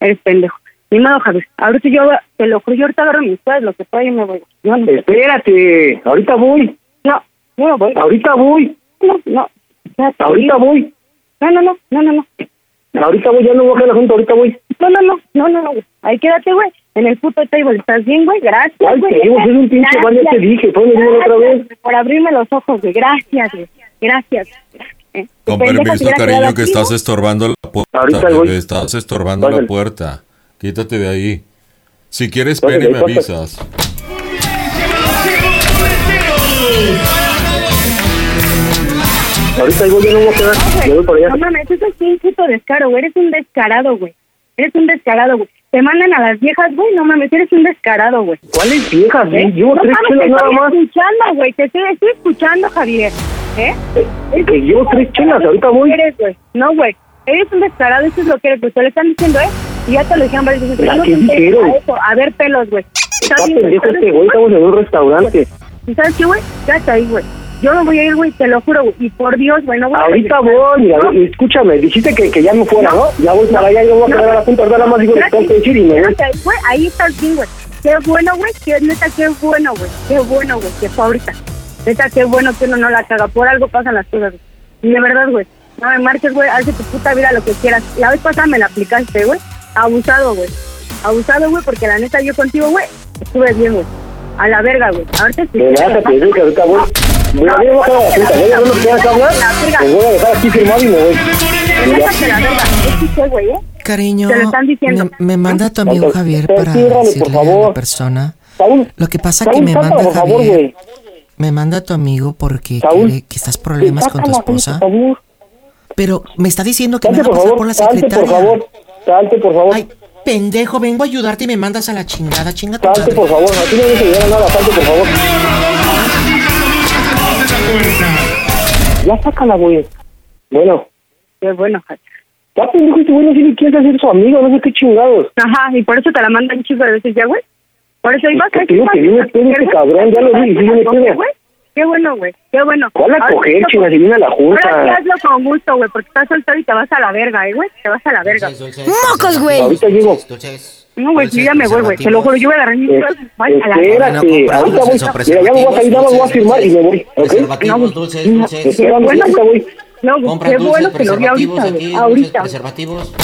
S17: Eres pendejo. Ni modo, Javier. Ahorita yo te lo juro, yo ahorita agarro mis cosas, lo que pueda y me voy. Yo no te-
S11: Espérate, ahorita voy.
S17: No, no voy.
S11: Ahorita voy.
S17: No, no. Ya te
S11: Ahorita
S17: digo.
S11: voy.
S17: No, no, no, no, no, no.
S11: Ahorita voy, ya no voy a hacer la junta, ahorita voy.
S17: No, no, no, no, no, no, güey. Ahí quédate, güey. En el puto table. ¿Estás bien, güey? Gracias,
S11: Ay,
S17: güey.
S11: te digo, si es un pinche baño,
S17: Gracias.
S11: te dije, ponme bien otra
S17: Gracias Por abrirme los ojos, güey. Gracias, güey. Gracias. Eh,
S24: Con
S17: pendeja,
S24: permiso,
S17: hubiera quedado
S24: cariño, que
S17: aquí,
S24: estás
S17: ¿no?
S24: estorbando la puerta.
S11: Ahorita
S24: bebé,
S11: voy.
S24: Estás estorbando
S11: Pásale.
S24: la puerta. Quítate de ahí. Si quieres,
S11: Pásale,
S24: pene, me
S11: pásale.
S24: avisas.
S11: Ahorita voy, ya no voy a quedar. Ya voy para
S17: No
S11: allá.
S17: mames, eso es un puto descaro, güey. Eres un descarado, güey. Eres un descarado, güey. Te mandan a las viejas, güey. No mames, eres un descarado, güey. ¿Eh?
S11: ¿Cuáles viejas, güey? Llevo
S17: no
S11: tres
S17: mames,
S11: chelas
S17: te
S11: nada más.
S17: estoy escuchando, güey. Te estoy, estoy escuchando, Javier. ¿Eh?
S11: Que llevo tres chelas, ahorita voy.
S17: Eres, güey. No, güey. Eres un descarado, eso es lo que eres, güey. Te lo están diciendo, ¿eh? Y ya te lo dijeron varias veces.
S11: ¿Pero
S17: no
S11: qué
S17: te interesa
S11: dijeron?
S17: eso. A ver, pelos, güey.
S11: Está
S17: bien, güey.
S11: pendejo este güey, estamos en un restaurante.
S17: ¿Y sabes qué, güey? Quédate ahí, güey. Yo no voy a ir, güey, te lo juro, güey. Y por Dios, güey, no voy a
S11: Ahorita voy, mira,
S17: No.
S11: escúchame, dijiste que, que ya me fuera, ¿no? Ya voy para allá, yo voy a quedar a la punta, ahorita nada más digo,
S17: Gracias.
S11: tengo que decir y me voy.
S17: Gracias, güey, ahí estás bien, güey. Qué bueno, güey, qué neta, qué bueno, güey. Qué bueno, güey, que fue ahorita. Neta, qué bueno que uno no la caga. Por algo pasan las cosas, güey. Y de verdad, güey, no me marques, güey, haz de tu puta vida lo que quieras. La vez pasada me la aplicaste, güey. Abusado, güey. Abusado, güey, porque la neta yo contigo, güey, estuve bien, güey. A la verga, güey. Ahorita sí.
S11: Me vas a pedir que ahorita voy. Voy a voy a bajar a la punta, voy a ver lo que quieras hablar, pues voy a dejar aquí firmado y me voy. Mira.
S17: Sácate la verga. Es que soy, güey, ¿eh?
S4: Cariño,
S17: Te lo están diciendo.
S4: me, me manda tu amigo
S11: Entonces,
S4: Javier
S11: eh,
S4: para
S11: ciérrale, por
S4: decirle a la
S11: favor.
S4: persona.
S11: Saúl,
S4: Lo que pasa que
S11: Saúl,
S4: me
S11: sácala,
S4: manda
S11: por favor,
S4: Javier,
S11: güey.
S4: me manda tu amigo porque
S11: Saúl,
S4: quiere que estás problemas con tu
S11: sácala, por
S4: esposa.
S11: favor.
S4: Pero me está diciendo que me
S11: Salte,
S4: va a
S11: por
S4: pasar por
S11: favor,
S4: la
S11: salte, por
S4: secretaria.
S11: favor. Salte, por favor.
S4: Ay, pendejo, vengo a ayudarte y me mandas a la chingada, chinga tu
S11: Salte,
S4: madre.
S11: por favor. Aquí no me llegar a nada, salte, por favor. Ya sácala, güey. Pues Bueno,
S17: Qué bueno, Javier.
S11: ya pendejo este güey no sé ni quién es hacer su amigo, no sé qué chingados.
S17: Ajá, y por eso te la mandan un chingo de veces ya, güey. Por eso ibas
S11: Te digo Pues que viene pedo este cabrón, ya lo vi, sí viene pedo.
S17: Qué bueno, güey, qué bueno.
S11: ¿Cuál a
S17: Ahora
S11: coger,
S17: sí hazlo-
S11: chinga, si viene a la junta?
S17: Ahora sí hazlo con gusto, güey, porque estás soltero y te vas a la verga, eh, güey. Te vas a la verga.
S4: ¡Mocos,
S17: güey!
S11: Ahorita llego.
S17: No,
S11: Pues
S17: güey, yo ya me voy, güey. Te lo juro, yo voy a agarrar mis
S11: Eh,
S17: cosas. Voy a la verga.
S19: pues,
S11: Espérate, ahorita voy. Mira, ya me voy a salir, nada más voy a firmar y me voy. ¿Ok?
S17: No, güey, no,
S11: Te estoy hablando, ahorita voy.
S17: No, güey, qué bueno que lo vi ahorita, güey. Ahorita.
S19: Preservativos.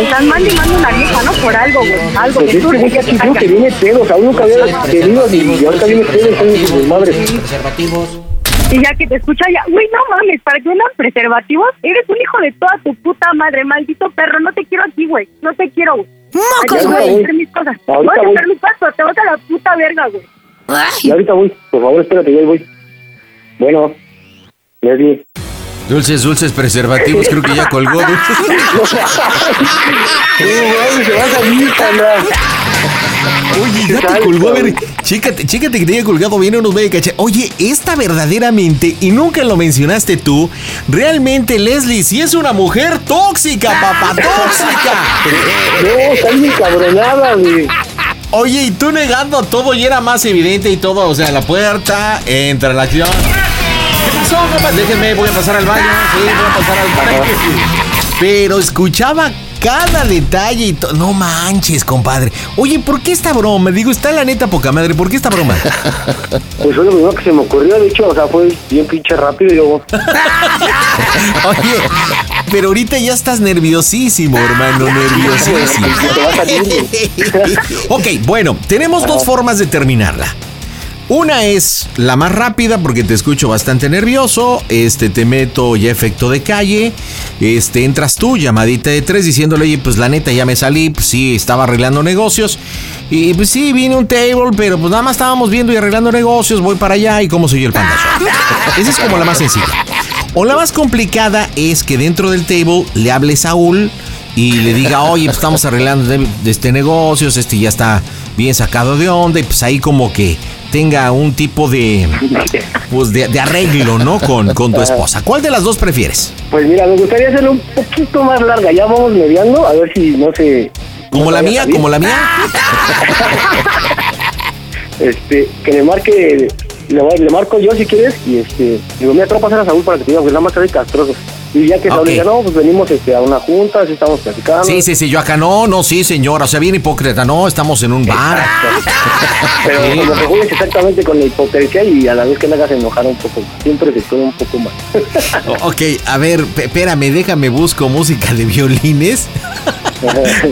S17: Están mandando una vieja, ¿no? Por algo, güey. Algo que
S11: Pues este
S17: tú
S11: güey ya te digo que viene pedo, o sea, nunca había tenido y ahorita viene pedo y son mis madres.
S19: Preservativos.
S17: Y ya que te escucha ya, güey, no mames, ¿para qué andan preservativos? Eres un hijo de toda tu puta madre, maldito perro, no te quiero aquí, güey, no te quiero, güey.
S11: ¡Mocos,
S17: Ay, Voy a
S11: güey!
S17: hacer mis cosas,
S11: Ahorita
S17: voy a hacer
S11: voy.
S17: mis cosas, te vas a la puta verga, güey.
S11: Y ahorita voy, por favor, espérate, ya voy. Bueno, Leslie.
S2: Dulces, dulces, preservativos. Creo que ya colgó. Dulces. Oye, ya te colgó. A ver, chécate, chécate que te haya colgado bien unos medio caché. Oye, esta verdaderamente, y nunca lo mencionaste tú, realmente Leslie sí es una mujer tóxica, papá, tóxica.
S11: No, está bien cabronada, güey.
S2: Oye, y tú negando todo y era más evidente y todo. O sea, la puerta, entra la acción. ¿Qué pasó, papá? Déjenme, voy a pasar al baño. Sí, voy a pasar al baño. Pero escuchaba cada detalle y todo. No manches, compadre. Oye, ¿por qué esta broma? Digo, está la neta poca madre. ¿Por qué esta broma?
S11: Pues fue lo primero que se me ocurrió, de hecho, o sea, fue bien pinche rápido y yo.
S2: Oye, Pero ahorita ya estás nerviosísimo, hermano, nerviosísimo. ok, bueno, tenemos dos formas de terminarla. Una es la más rápida porque te escucho bastante nervioso, este te meto ya efecto de calle, este entras tú llamadita de tres diciéndole, "Oye, pues la neta ya me salí, pues sí, estaba arreglando negocios y pues sí, vine a un table, pero pues nada más estábamos viendo y arreglando negocios, voy para allá y cómo soy yo el panda. Show?". Esa es como la más sencilla. O la más complicada es que dentro del table le hable Saúl y le diga, oye, pues estamos arreglando de, de este negocios, este ya está bien sacado de onda, y pues ahí como que tenga un tipo de, pues de, de arreglo, ¿no? Con, con tu esposa. ¿Cuál de las dos prefieres?
S11: Pues mira, me gustaría hacerlo un poquito más larga. Ya vamos mediando, a ver si no se.
S2: ¿Como
S11: no
S2: la
S11: vaya a
S2: mía?
S11: salir.
S2: ¿Como la mía?
S11: Este, que le marque. Le, voy- le marco yo si quieres. Y este. Digo, mira, te voy a pasar a Saúl para que te diga, porque nada más trae castrosos. Y ya que
S2: Ah,
S11: Saúl
S2: Ok.
S11: diga, no, pues venimos este, a una junta, así estamos platicando.
S2: Sí, sí, sí, yo acá no, no, sí, señora, o sea, bien hipócrita, no, estamos en un bar.
S11: Pero
S2: Sí.
S11: que lo juegues exactamente con la hipocresía y a la vez que le hagas enojar un poco. Siempre se pone un poco más.
S2: O- Oh, Ok, a ver, pe- espérame, déjame busco música de violines.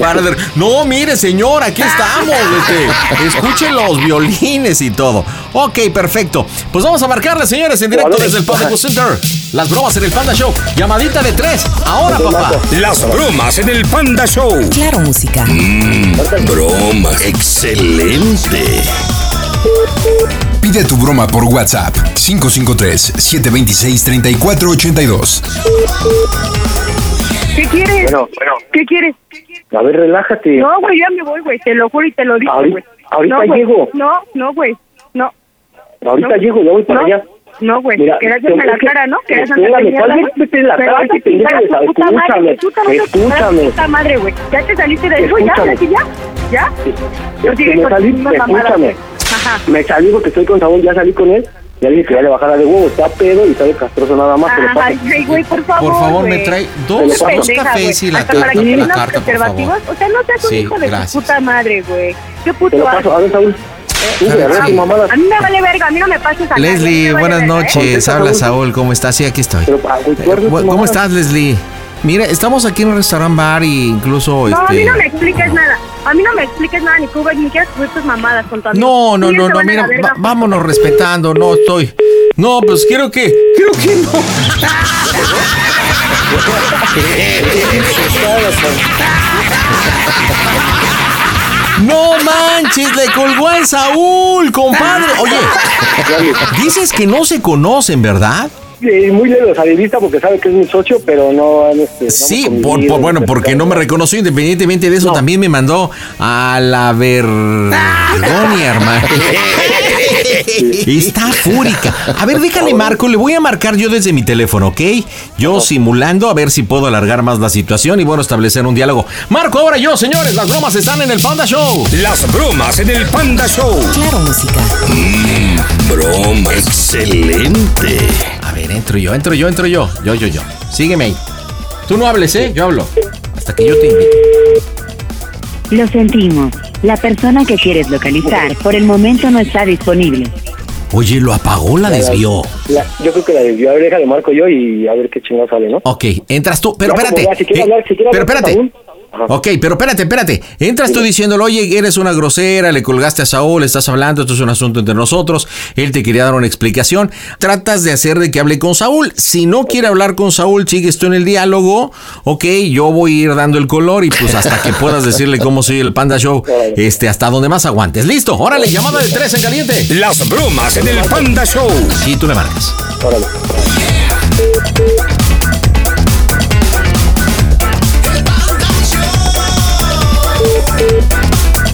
S2: Para ver- No, mire, señor, aquí estamos. este, escuche los violines y todo. Ok, perfecto. Pues vamos a marcarle, señores, en directo desde el Panda Bus Center. Las bromas en el Panda Show. Llamadita de tres. Ahora, papá.
S5: Las bromas en el Panda Show.
S1: Claro, música.
S18: Bromas. Excelente.
S9: Pide tu broma por WhatsApp 553-726-3482.
S17: ¿Qué quieres?
S11: Bueno, bueno.
S17: ¿Qué quieres?
S11: A ver, relájate.
S17: No, güey, ya me voy, güey. Te lo juro y te lo digo,
S11: Ahorita-
S17: güey.
S11: ahorita
S17: no, güey.
S11: llego.
S17: No, no, güey. No.
S11: Ahorita
S17: no.
S11: llego, ya voy para
S17: No.
S11: allá.
S17: No, güey.
S11: Mira,
S17: Querías
S11: yo
S17: hacerme la
S11: creo que-
S17: cara, ¿no? Querías hacerme
S11: espérame,
S17: mierda,
S11: ¿cuál
S17: ¿no?
S11: vez metes la
S17: Pero
S11: cara?
S17: ahorita
S11: Qué pendeja
S17: chingas tu
S11: eres,
S17: puta madre,
S11: escúchame,
S17: tú te vas a chingar tu
S11: escúchame.
S17: puta madre, güey. Ya te saliste de eso, ya,
S11: Escúchame.
S17: así ya, ya. No
S11: que
S17: sigues
S11: me
S17: con
S11: salí,
S17: tus mismas mamadas,
S11: escúchame.
S17: güey. Ajá.
S11: Me salí porque estoy con Saúl, ya salí con él. Ya le dije que ya le bajara de huevo, está pedo y está de castroso nada más. pero
S17: Ay, güey, güey, por favor.
S2: Por favor, me
S17: güey.
S2: trae
S11: dos-
S17: Eres
S11: dos
S17: pendeja,
S2: cafés
S17: güey.
S2: y la
S17: Hasta
S2: carta, la
S17: para que unos
S2: carta, por
S17: preservativos.
S2: favor.
S17: O sea, no seas un
S2: Sí,
S17: hijo de tu
S2: gracias.
S17: puta madre, güey. Qué
S11: Te lo
S17: puto
S11: paso,
S17: asco.
S11: a ver, Saúl. Tú,
S2: Claro
S11: agarra
S2: que sí.
S11: tu mamada.
S17: A mí me vale verga, a mí no me pases a
S2: Leslie, buenas
S17: ¿eh?
S2: noches.
S17: Contesta,
S2: Habla
S17: Saúl.
S2: Saúl, ¿cómo estás? Sí, aquí estoy.
S11: acuerdas,
S2: Eh, bu- ¿Cómo
S11: mamá?
S2: estás, Leslie? Mira, estamos aquí en un restaurante bar y incluso...
S17: No, a mí
S2: este,
S17: no me expliques nada. A mí no me expliques nada, ni tú, güey, ni quieras subir tus mamadas con tu
S2: No, no,
S17: amigo. Ellos
S2: no,
S17: se
S2: no,
S17: van a
S2: mira,
S17: la verga.
S2: va- vámonos respetando, no estoy. No, pues quiero que, creo que no. No manches, le colgó el Saúl, compadre. Oye, dices que no se conocen, ¿verdad?
S11: Sí, muy lejos a vista porque sabe que es mi socio, pero no... Este, no
S2: Sí,
S11: hemos
S2: por,
S11: convivido,
S2: por- bueno, porque no me reconoció, independientemente de eso, también me mandó a la vergonia, hermano. Está fúrica. A ver, déjale marco, le voy a marcar yo desde mi teléfono, ¿ok? Yo simulando a ver si puedo alargar más la situación y bueno, establecer un diálogo. Marco ahora yo, señores, las bromas están en el Panda Show.
S5: Las bromas en el Panda Show. Mm,
S1: Claro, música.
S18: Broma. Excelente.
S2: A ver, entro yo, entro yo, entro yo. Yo, yo, yo. Sígueme ahí. Tú no hables, ¿eh? Yo hablo. Hasta que yo te invite.
S7: Lo sentimos. La persona que quieres localizar por el momento no está disponible.
S2: Oye, lo apagó, la desvió.
S11: La- yo creo que la desvió. A ver, déjale, marco yo y a ver qué chingado sale, ¿no?
S2: Ok, entras tú. Pero
S11: Ya, como
S2: espérate.
S11: vea, si quiere
S2: eh,
S11: hablar- si quiere
S2: pero
S11: hablar con
S2: espérate. Ok, pero espérate, espérate. Entras tú diciéndole, oye, eres una grosera, le colgaste a Saúl, estás hablando, esto es un asunto entre nosotros, él te quería dar una explicación. Tratas de hacer de que hable con Saúl. Si no quiere hablar con Saúl, sigues tú en el diálogo. Ok, yo voy a ir dando el color y pues hasta que puedas decirle cómo soy el Panda Show, este, hasta donde más aguantes. Listo, órale, llamada de tres en caliente.
S5: Las bromas en el Panda Show.
S2: Sí, tú le marcas.
S11: Órale.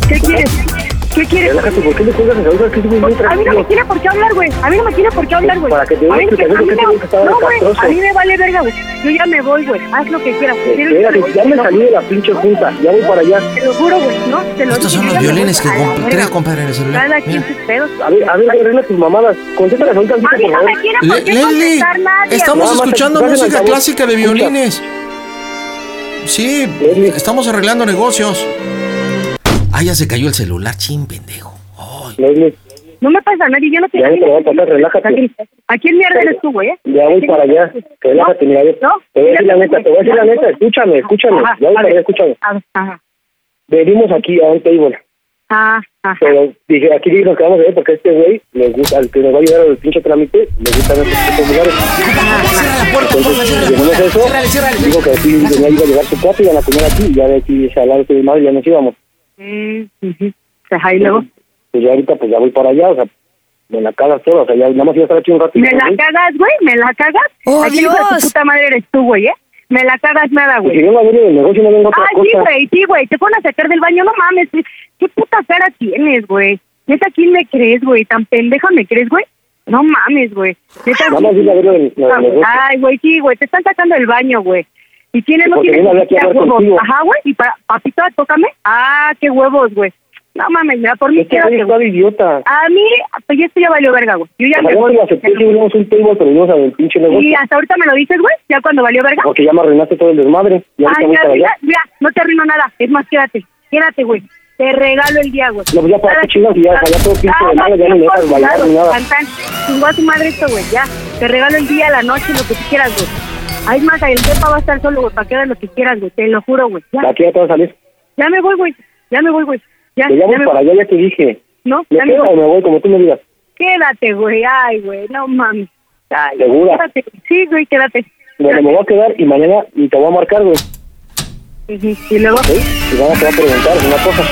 S17: ¿Qué quieres? ¿Qué quieres?
S11: Relájate, ¿por qué le cuelgas a Saúl? Es que es muy, muy
S17: A mí no
S11: tranquilo.
S17: me tiene por qué hablar, güey. A mí no me tiene por qué hablar, güey.
S11: Para que te dé
S17: A mí
S11: explicación
S17: a mí
S11: de qué
S17: no-
S11: te
S17: No,
S11: gusta,
S17: güey.
S11: castroso.
S17: A mí me vale verga, güey. Yo ya me voy, güey. Haz lo que quieras. ¿Quieres que
S11: Espérate,
S17: voy?
S11: ya me
S17: No,
S11: salí de la pinche junta. Ya voy para allá.
S17: Te lo juro, güey. No, te lo
S11: Estos
S17: dije,
S11: son
S17: yo
S11: los
S17: ya me
S11: violines
S17: voy
S11: que
S17: a la
S11: comp-
S17: verga.
S11: Mira, compadre, en el celular.
S17: Cada quien sus pedos.
S11: A ver, a ver, arregla tus mamadas. Conténtale a Saúl tantito,
S17: A mí
S11: por
S17: no
S11: favor.
S17: me tiene por qué
S11: Le- Leslie,
S17: contestar nadie.
S11: estamos
S17: güey.
S11: escuchando Dale, música altavoz. clásica de violines.
S2: Sí, estamos arreglando negocios. Ah, ya se cayó el celular, chin, pendejo. Ay.
S17: No me pasa a nadie, yo no tengo...
S11: Ya no te voy a pasar, relájate.
S17: ¿A quién mierda eres tú, güey? eh?
S11: Ya voy para allá. Relájate, mira, yo- te voy a decir la neta, te voy a decir la neta. Escúchame, escúchame.
S17: Ajá,
S11: Ya voy
S17: a
S11: para
S17: ver.
S11: allá, escúchame.
S17: Ah, Ajá,
S11: Venimos aquí a un table.
S17: ah, ah.
S11: Pero dije, aquí nos quedamos de ver porque a este güey les gusta, al que nos va a ayudar al pinche trámite, les gustan estos tipos de lugares. Entonces, llegamos a eso, dijo que aquí venía a llevar su plato y iban a comer aquí, y ya de aquí se hablaron con mi madre y ya nos íbamos.
S17: Mm, ujú. Pues ahí luego.
S11: Pues ya ahorita pues ya voy para allá, o sea, me la cagas toda, o sea, ya nada más iba a estar aquí un ratito.
S17: Me la
S11: ¿sí?
S17: cagas, güey, me la cagas.
S11: ¡Oh,
S17: ¿A qué hijo de tu
S11: Dios!
S17: puta madre eres tú, güey, eh? Me la cagas nada,
S11: Pues
S17: güey.
S11: si yo no vengo del negocio, no vengo a otra
S17: Ay, sí,
S11: cosa.
S17: güey, sí, güey. Te pones a sacar del baño, no mames. güey. ¿Qué puta cara tienes, güey? Neta, ¿quién me crees, güey? ¿Tan pendeja me crees, güey? No mames, güey. Neta,
S11: Nada más dile a ver lo del- lo del
S17: Ah, güey.
S11: negocio.
S17: Ay, güey, sí, güey. Te están sacando del baño, güey. Y tienes, no
S11: Porque
S17: tienes
S11: yo no había que
S17: ya
S11: hablar
S17: huevos.
S11: contigo.
S17: Ajá, güey. Y para, papito, tócame. Ah, qué huevos, güey. No mames, mira, por mí
S11: Es que
S17: quédate,
S11: eres todo
S17: güey.
S11: idiota.
S17: A mí, pues ya esto ya valió verga, güey. Yo ya
S11: O sea,
S17: me
S11: yo
S17: voy.
S11: lo acepté, sí, venimos a un table, pero venimos a del pinche
S17: Y
S11: negocio.
S17: hasta ahorita me lo dices, güey, ya cuando valió verga.
S11: Porque ya me arruinaste todo el desmadre. Y ahorita
S17: Ay,
S11: voy
S17: mira,
S11: para allá.
S17: mira, mira, no te arruino nada. Es más, quédate. Quédate, güey. Te regalo el día, güey.
S11: No, pues ya para qué chingas, y ya, o sea, ya todo pinche
S17: Ah,
S11: de
S17: no,
S11: madre, ya ni me dejas
S17: chingos,
S11: bailar ni nada.
S17: Tan, tan. Chingó a tu madre esto, güey. Ya. Te regalo el día, la noche, lo que tú quieras, güey. Ay, más, el depa va a estar solo, güey. Para que hagas lo que quieras, güey. Te lo juro, güey. Ya.
S11: Aquí ya te vas a salir.
S17: ya me voy, güey. Ya me voy, güey. Ya,
S11: Te llamo
S17: ya me
S11: para
S17: voy.
S11: allá, Pues ya te dije.
S17: No,
S11: ¿Me
S17: ya me
S11: quedo
S17: voy.
S11: o me voy? Como tú me digas.
S17: Quédate, güey. Ay, güey. No mames. Ay,
S11: ¿Segura?
S17: Quédate. Sí, güey, quédate.
S11: Bueno, me voy a quedar y mañana y te voy a marcar, güey.
S17: Ujú. Y luego.
S11: Y van a te voy a preguntar una cosa.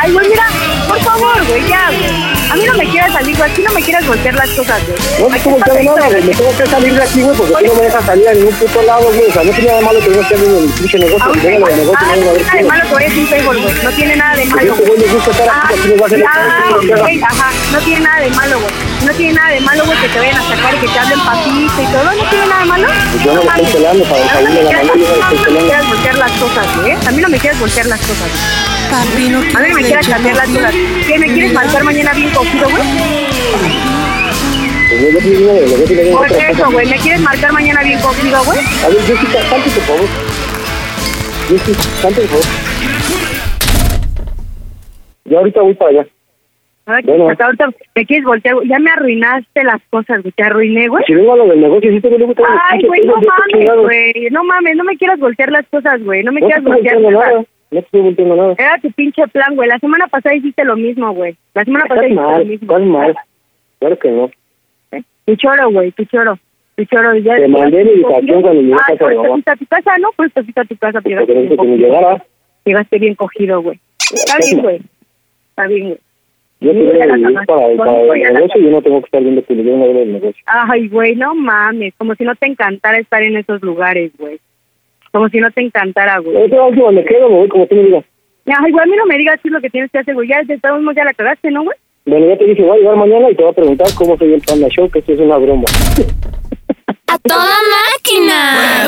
S17: Ay, güey, mira, por favor, güey, ya, güey. A mí no me quieras salir, güey, aquí no me quieras voltear las cosas, güey.
S11: No me tengo que nada, güey. Me tengo que salir de aquí, güey, porque tú no me dejas salir a ningún puto lado, güey. O sea, no tiene nada malo que no esté en el pinche negocio.
S17: Aún
S11: Venga, el
S17: tengo-
S11: negocio,
S17: Ah, no
S11: venga, a
S17: tiene nada de malo que
S11: ver.
S17: vayas a un table, güey. No tiene nada de
S11: Porque
S17: malo,
S11: este güey
S17: güey.
S11: le gusta estar aquí, aquí nos va a
S17: Ay,
S11: hacer el
S17: güey, ajá, no tiene nada de malo, güey. No tiene nada de malo, güey, que te vayan a sacar y que te hablen papito y todo. No tiene nada de malo.
S11: Pues yo no me estoy pelando,
S17: A
S11: para
S17: mí no me
S11: salirme de la
S17: quieras-
S11: mano, yo no me
S17: a mí no
S11: estoy
S17: me
S11: pelando.
S17: quieras voltear las cosas, güey. ¿eh? A mí no me quieras voltear las cosas, güey. A mí no me quieras cambiar las cosas. ¿Qué, me quieres marcar mañana bien cogido, güey?
S11: Pues yo- yo te digo, güey, yo te digo
S17: Por
S11: otra cosa.
S17: eso, güey, ¿me quieres marcar mañana bien conmigo, güey?
S11: A ver, Jessica, salte, por favor. Jessica, salte, por favor. Yo ahorita voy para allá.
S17: Ahora que-
S11: Bueno.
S17: hasta ahorita me quieres voltear, güey. ya me arruinaste las cosas, güey, te arruiné, güey.
S11: Si vengo a lo del negocio, si te vuelvo a
S17: Ay, güey, no mames, güey, no mames, no me quieras voltear las cosas, güey, no me
S11: No te
S17: quieras
S11: estoy
S17: voltear
S11: volteando nada.
S17: nada.
S11: No estoy volteando nada.
S17: Era tu pinche plan, güey, la semana pasada hiciste lo mismo, güey, la semana pasada hiciste
S11: Estás
S17: lo
S11: mal,
S17: mismo.
S11: estás mal. Claro que no.
S17: Tu choro, güey, tu choro, tu choro. Ya,
S11: Te mandé mi ubicación cuando llegué a
S17: Ay,
S11: casa
S17: por
S11: de
S17: eso
S11: mamá.
S17: fuiste a tu casa, ¿no? Por eso fuiste a tu casa, pero
S11: Porque no sé que me llegara.
S17: llegaste bien cogido, güey. Está
S11: estás
S17: bien,
S11: mal.
S17: güey, está bien, güey.
S11: Yo te
S17: Sí,
S11: voy
S17: ya
S11: a
S17: la
S11: vivir
S17: cagaste.
S11: para,
S17: Por
S11: para
S17: eso ya
S11: el
S17: la
S11: negocio y yo no tengo que estar viendo que yo no veo el negocio.
S17: Ay, güey, no mames, como si no te encantara estar en esos lugares, güey. Como si no te encantara,
S11: Pues Yo
S17: güey.
S11: te voy a me quedo, me voy como tú me digas.
S17: Ay, güey, a mí no me digas qué es lo que tienes que hacer, güey. Ya, de todos modos, ya la cagaste, ¿no, güey?
S11: Bueno, ya te dije, voy a llegar mañana y te voy a preguntar cómo soy el Panda Show, que esto es una broma.
S10: ¡A toda máquina!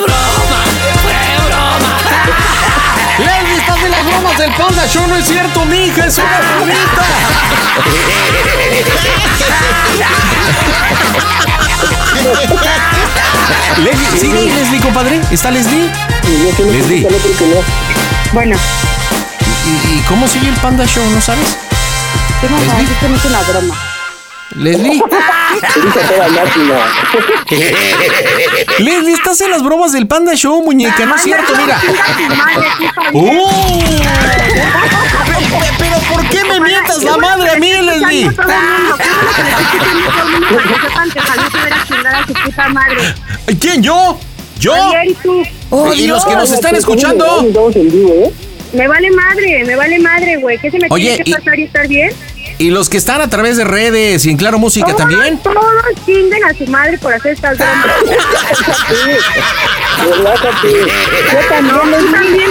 S2: Leslie, estás de las bromas del Panda Show, no es cierto, mija, es una bromita. Leslie, ¿sigue Leslie, compadre? ¿Está Leslie? Leslie.
S17: Bueno.
S2: ¿Y, y cómo sigue el Panda Show, no sabes?
S17: ¿Qué más
S2: Leslie.
S17: que no es una broma?
S2: Leslie. Leslie, estás en las bromas del Panda Show, muñeca, no es cierto, mira. ¡Uh!
S19: Pero ¿por qué me mientas la madre a mí, Leslie?
S2: Ah. ¿Quién? ¿Yo? ¿Yo?
S17: Oh,
S2: y los que nos
S17: Dios.
S2: están escuchando.
S11: ¿eh?
S17: Me vale madre, me vale madre, güey. ¿Qué se me
S2: Oye,
S17: tiene que
S2: y-
S17: pasar y estar bien?
S2: Y los que están a través de redes y en Claro Música también.
S17: Todos chinguen a su madre por hacer estas bromas. Yo también, tú también.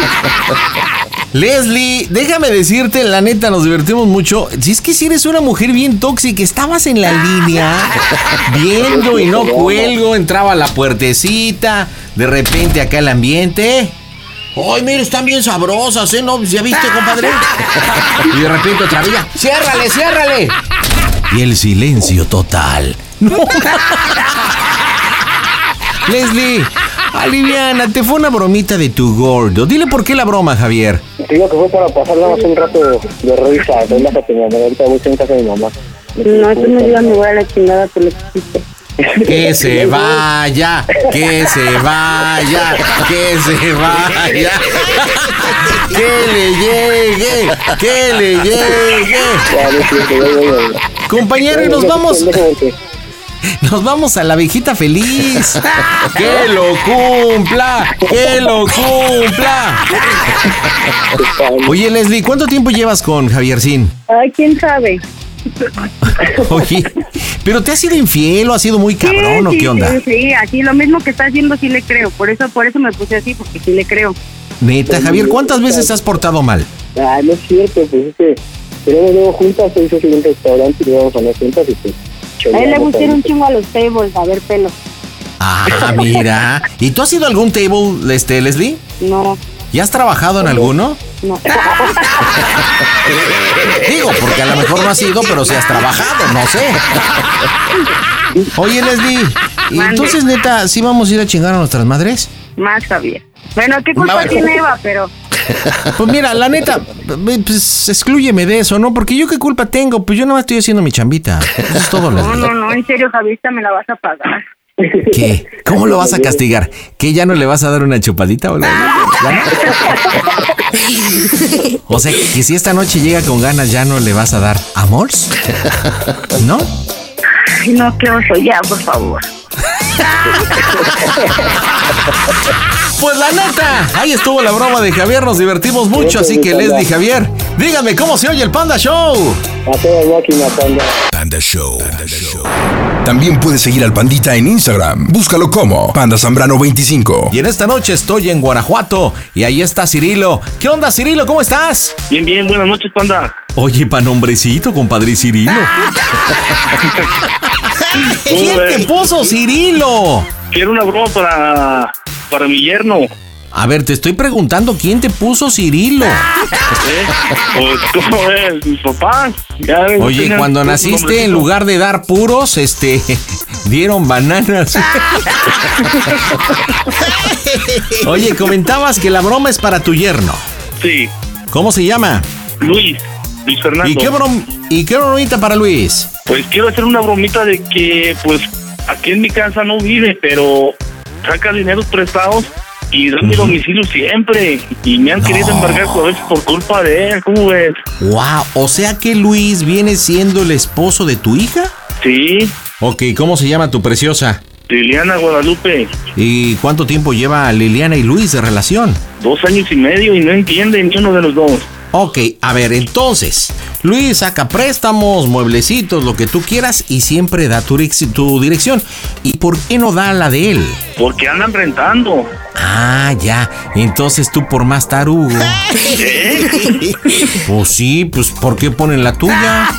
S2: Leslie, déjame decirte, la neta, nos divertimos mucho. Si es que si eres una mujer bien tóxica, estabas en la línea viendo y no cuelgo, entraba a la puertecita, de repente acá el ambiente. Ay, mire, están bien sabrosas, ¿eh? ¿No? ¿Ya viste, compadre? Y de repente otra vez. ¡Ciérrale, ciérrale! Y el silencio total. Leslie, aliviana, te fue una bromita de tu gordo. Dile por qué la broma, Javier.
S11: Te digo que fue para pasar nada más un rato de risa, relájate, mi amor. Ahorita voy a estar en casa de mi mamá.
S17: No, tú me digas, me voy a la chingada pues, por lo que hiciste.
S2: Que se vaya, que se vaya, que se vaya. Que le llegue, que le llegue. Compañero, y nos vamos. Nos vamos a la viejita feliz. ¡Que lo cumpla! ¡Que lo cumpla! Oye, Leslie, ¿cuánto tiempo llevas con Javiercín?
S17: Ay, quién sabe.
S2: Oye, ¿pero te ha sido infiel o ha sido muy cabrón o
S17: Sí,
S2: qué onda?
S17: Sí, sí, así lo mismo que estás viendo sí le creo. Por eso, por eso me puse así, porque sí le creo.
S2: Neta, Javier, ¿cuántas veces te has portado mal?
S11: Ah, no es cierto, pues es que tenemos luego juntas, se hizo así un restaurante y íbamos a comer juntas y pues...
S17: A él le
S11: choleamos
S17: gusta ir un
S11: ahí.
S17: chingo a los tables, a ver pelo.
S2: Ah, mira. ¿Y tú has ido a algún table, este, Leslie?
S17: No,
S2: ¿Y has trabajado en alguno?
S17: no.
S2: Digo, porque a lo mejor no has ido, pero si has trabajado, no sé. Oye, Leslie, ¿y
S17: Mande.
S2: entonces, neta, ¿sí vamos a ir a chingar a nuestras madres?
S17: Más Javier. Bueno, ¿qué culpa
S2: Más.
S17: tiene Eva? Pero
S2: Pues mira, la neta, pues exclúyeme de eso, ¿no? Porque yo qué culpa tengo, pues yo nada más estoy haciendo mi chambita. Eso es todo,
S17: no,
S2: Leslie.
S17: no, no, en serio, Javierita, me la vas a pagar.
S2: ¿Qué? ¿Cómo lo vas a castigar? ¿Que ya no le vas a dar una chupadita o algo?
S17: Ah.
S2: ¿Ya no? O sea, que si esta noche llega con ganas, ya no le vas a dar amors, ¿no?
S17: Ay, no, qué oso, ya, por favor.
S2: Pues la neta, ahí estuvo la broma de Javier, nos divertimos mucho, así que Leslie Javier, díganme cómo se oye el Panda Show.
S11: A toda máquina, panda.
S9: Panda Show. También puedes seguir al Pandita en Instagram. Búscalo como Panda Zambrano 25.
S2: Y en esta noche estoy en Guanajuato y ahí está Cirilo. ¿Qué onda, Cirilo? ¿Cómo estás?
S6: Bien, bien, buenas noches, Panda.
S2: Oye, pan hombrecito, compadre Cirilo. ¿Quién te puso Cirilo?
S6: Quiero una broma para, para mi yerno.
S2: A ver, te estoy preguntando quién te puso Cirilo.
S6: ¿Eh? Pues, ¿cómo es? Mi papá. Ya ves,
S2: Oye,
S6: tenía
S2: cuando
S6: un
S2: naciste, en
S6: nombrecito.
S2: lugar de dar puros, este, dieron bananas. Oye, comentabas que la broma es para tu yerno.
S6: Sí.
S2: ¿Cómo se llama?
S6: Luis, Luis Fernando.
S2: ¿Y qué, brom ¿Y qué bromita para Luis?
S6: Pues quiero hacer una bromita de que, pues, aquí en mi casa no vive, pero saca dinero prestados y da mi domicilio siempre. Y me han querido embargar a veces por culpa de él. ¿Cómo ves?
S2: Wow, o sea que Luis viene siendo el esposo de tu hija.
S6: Sí.
S2: Ok, ¿cómo se llama tu preciosa?
S6: Liliana Guadalupe,
S2: ¿Y cuánto tiempo lleva Liliana y Luis de relación?
S6: dos años y medio y no entiende ni uno de los dos.
S2: Ok, a ver, entonces, Luis saca préstamos, mueblecitos, lo que tú quieras y siempre da tu, direc- tu dirección. ¿Y por qué no da la de él?
S6: Porque andan rentando.
S2: Ah, ya. Entonces tú por más tarugo. ¿Eh? Pues sí, pues ¿por qué ponen la tuya?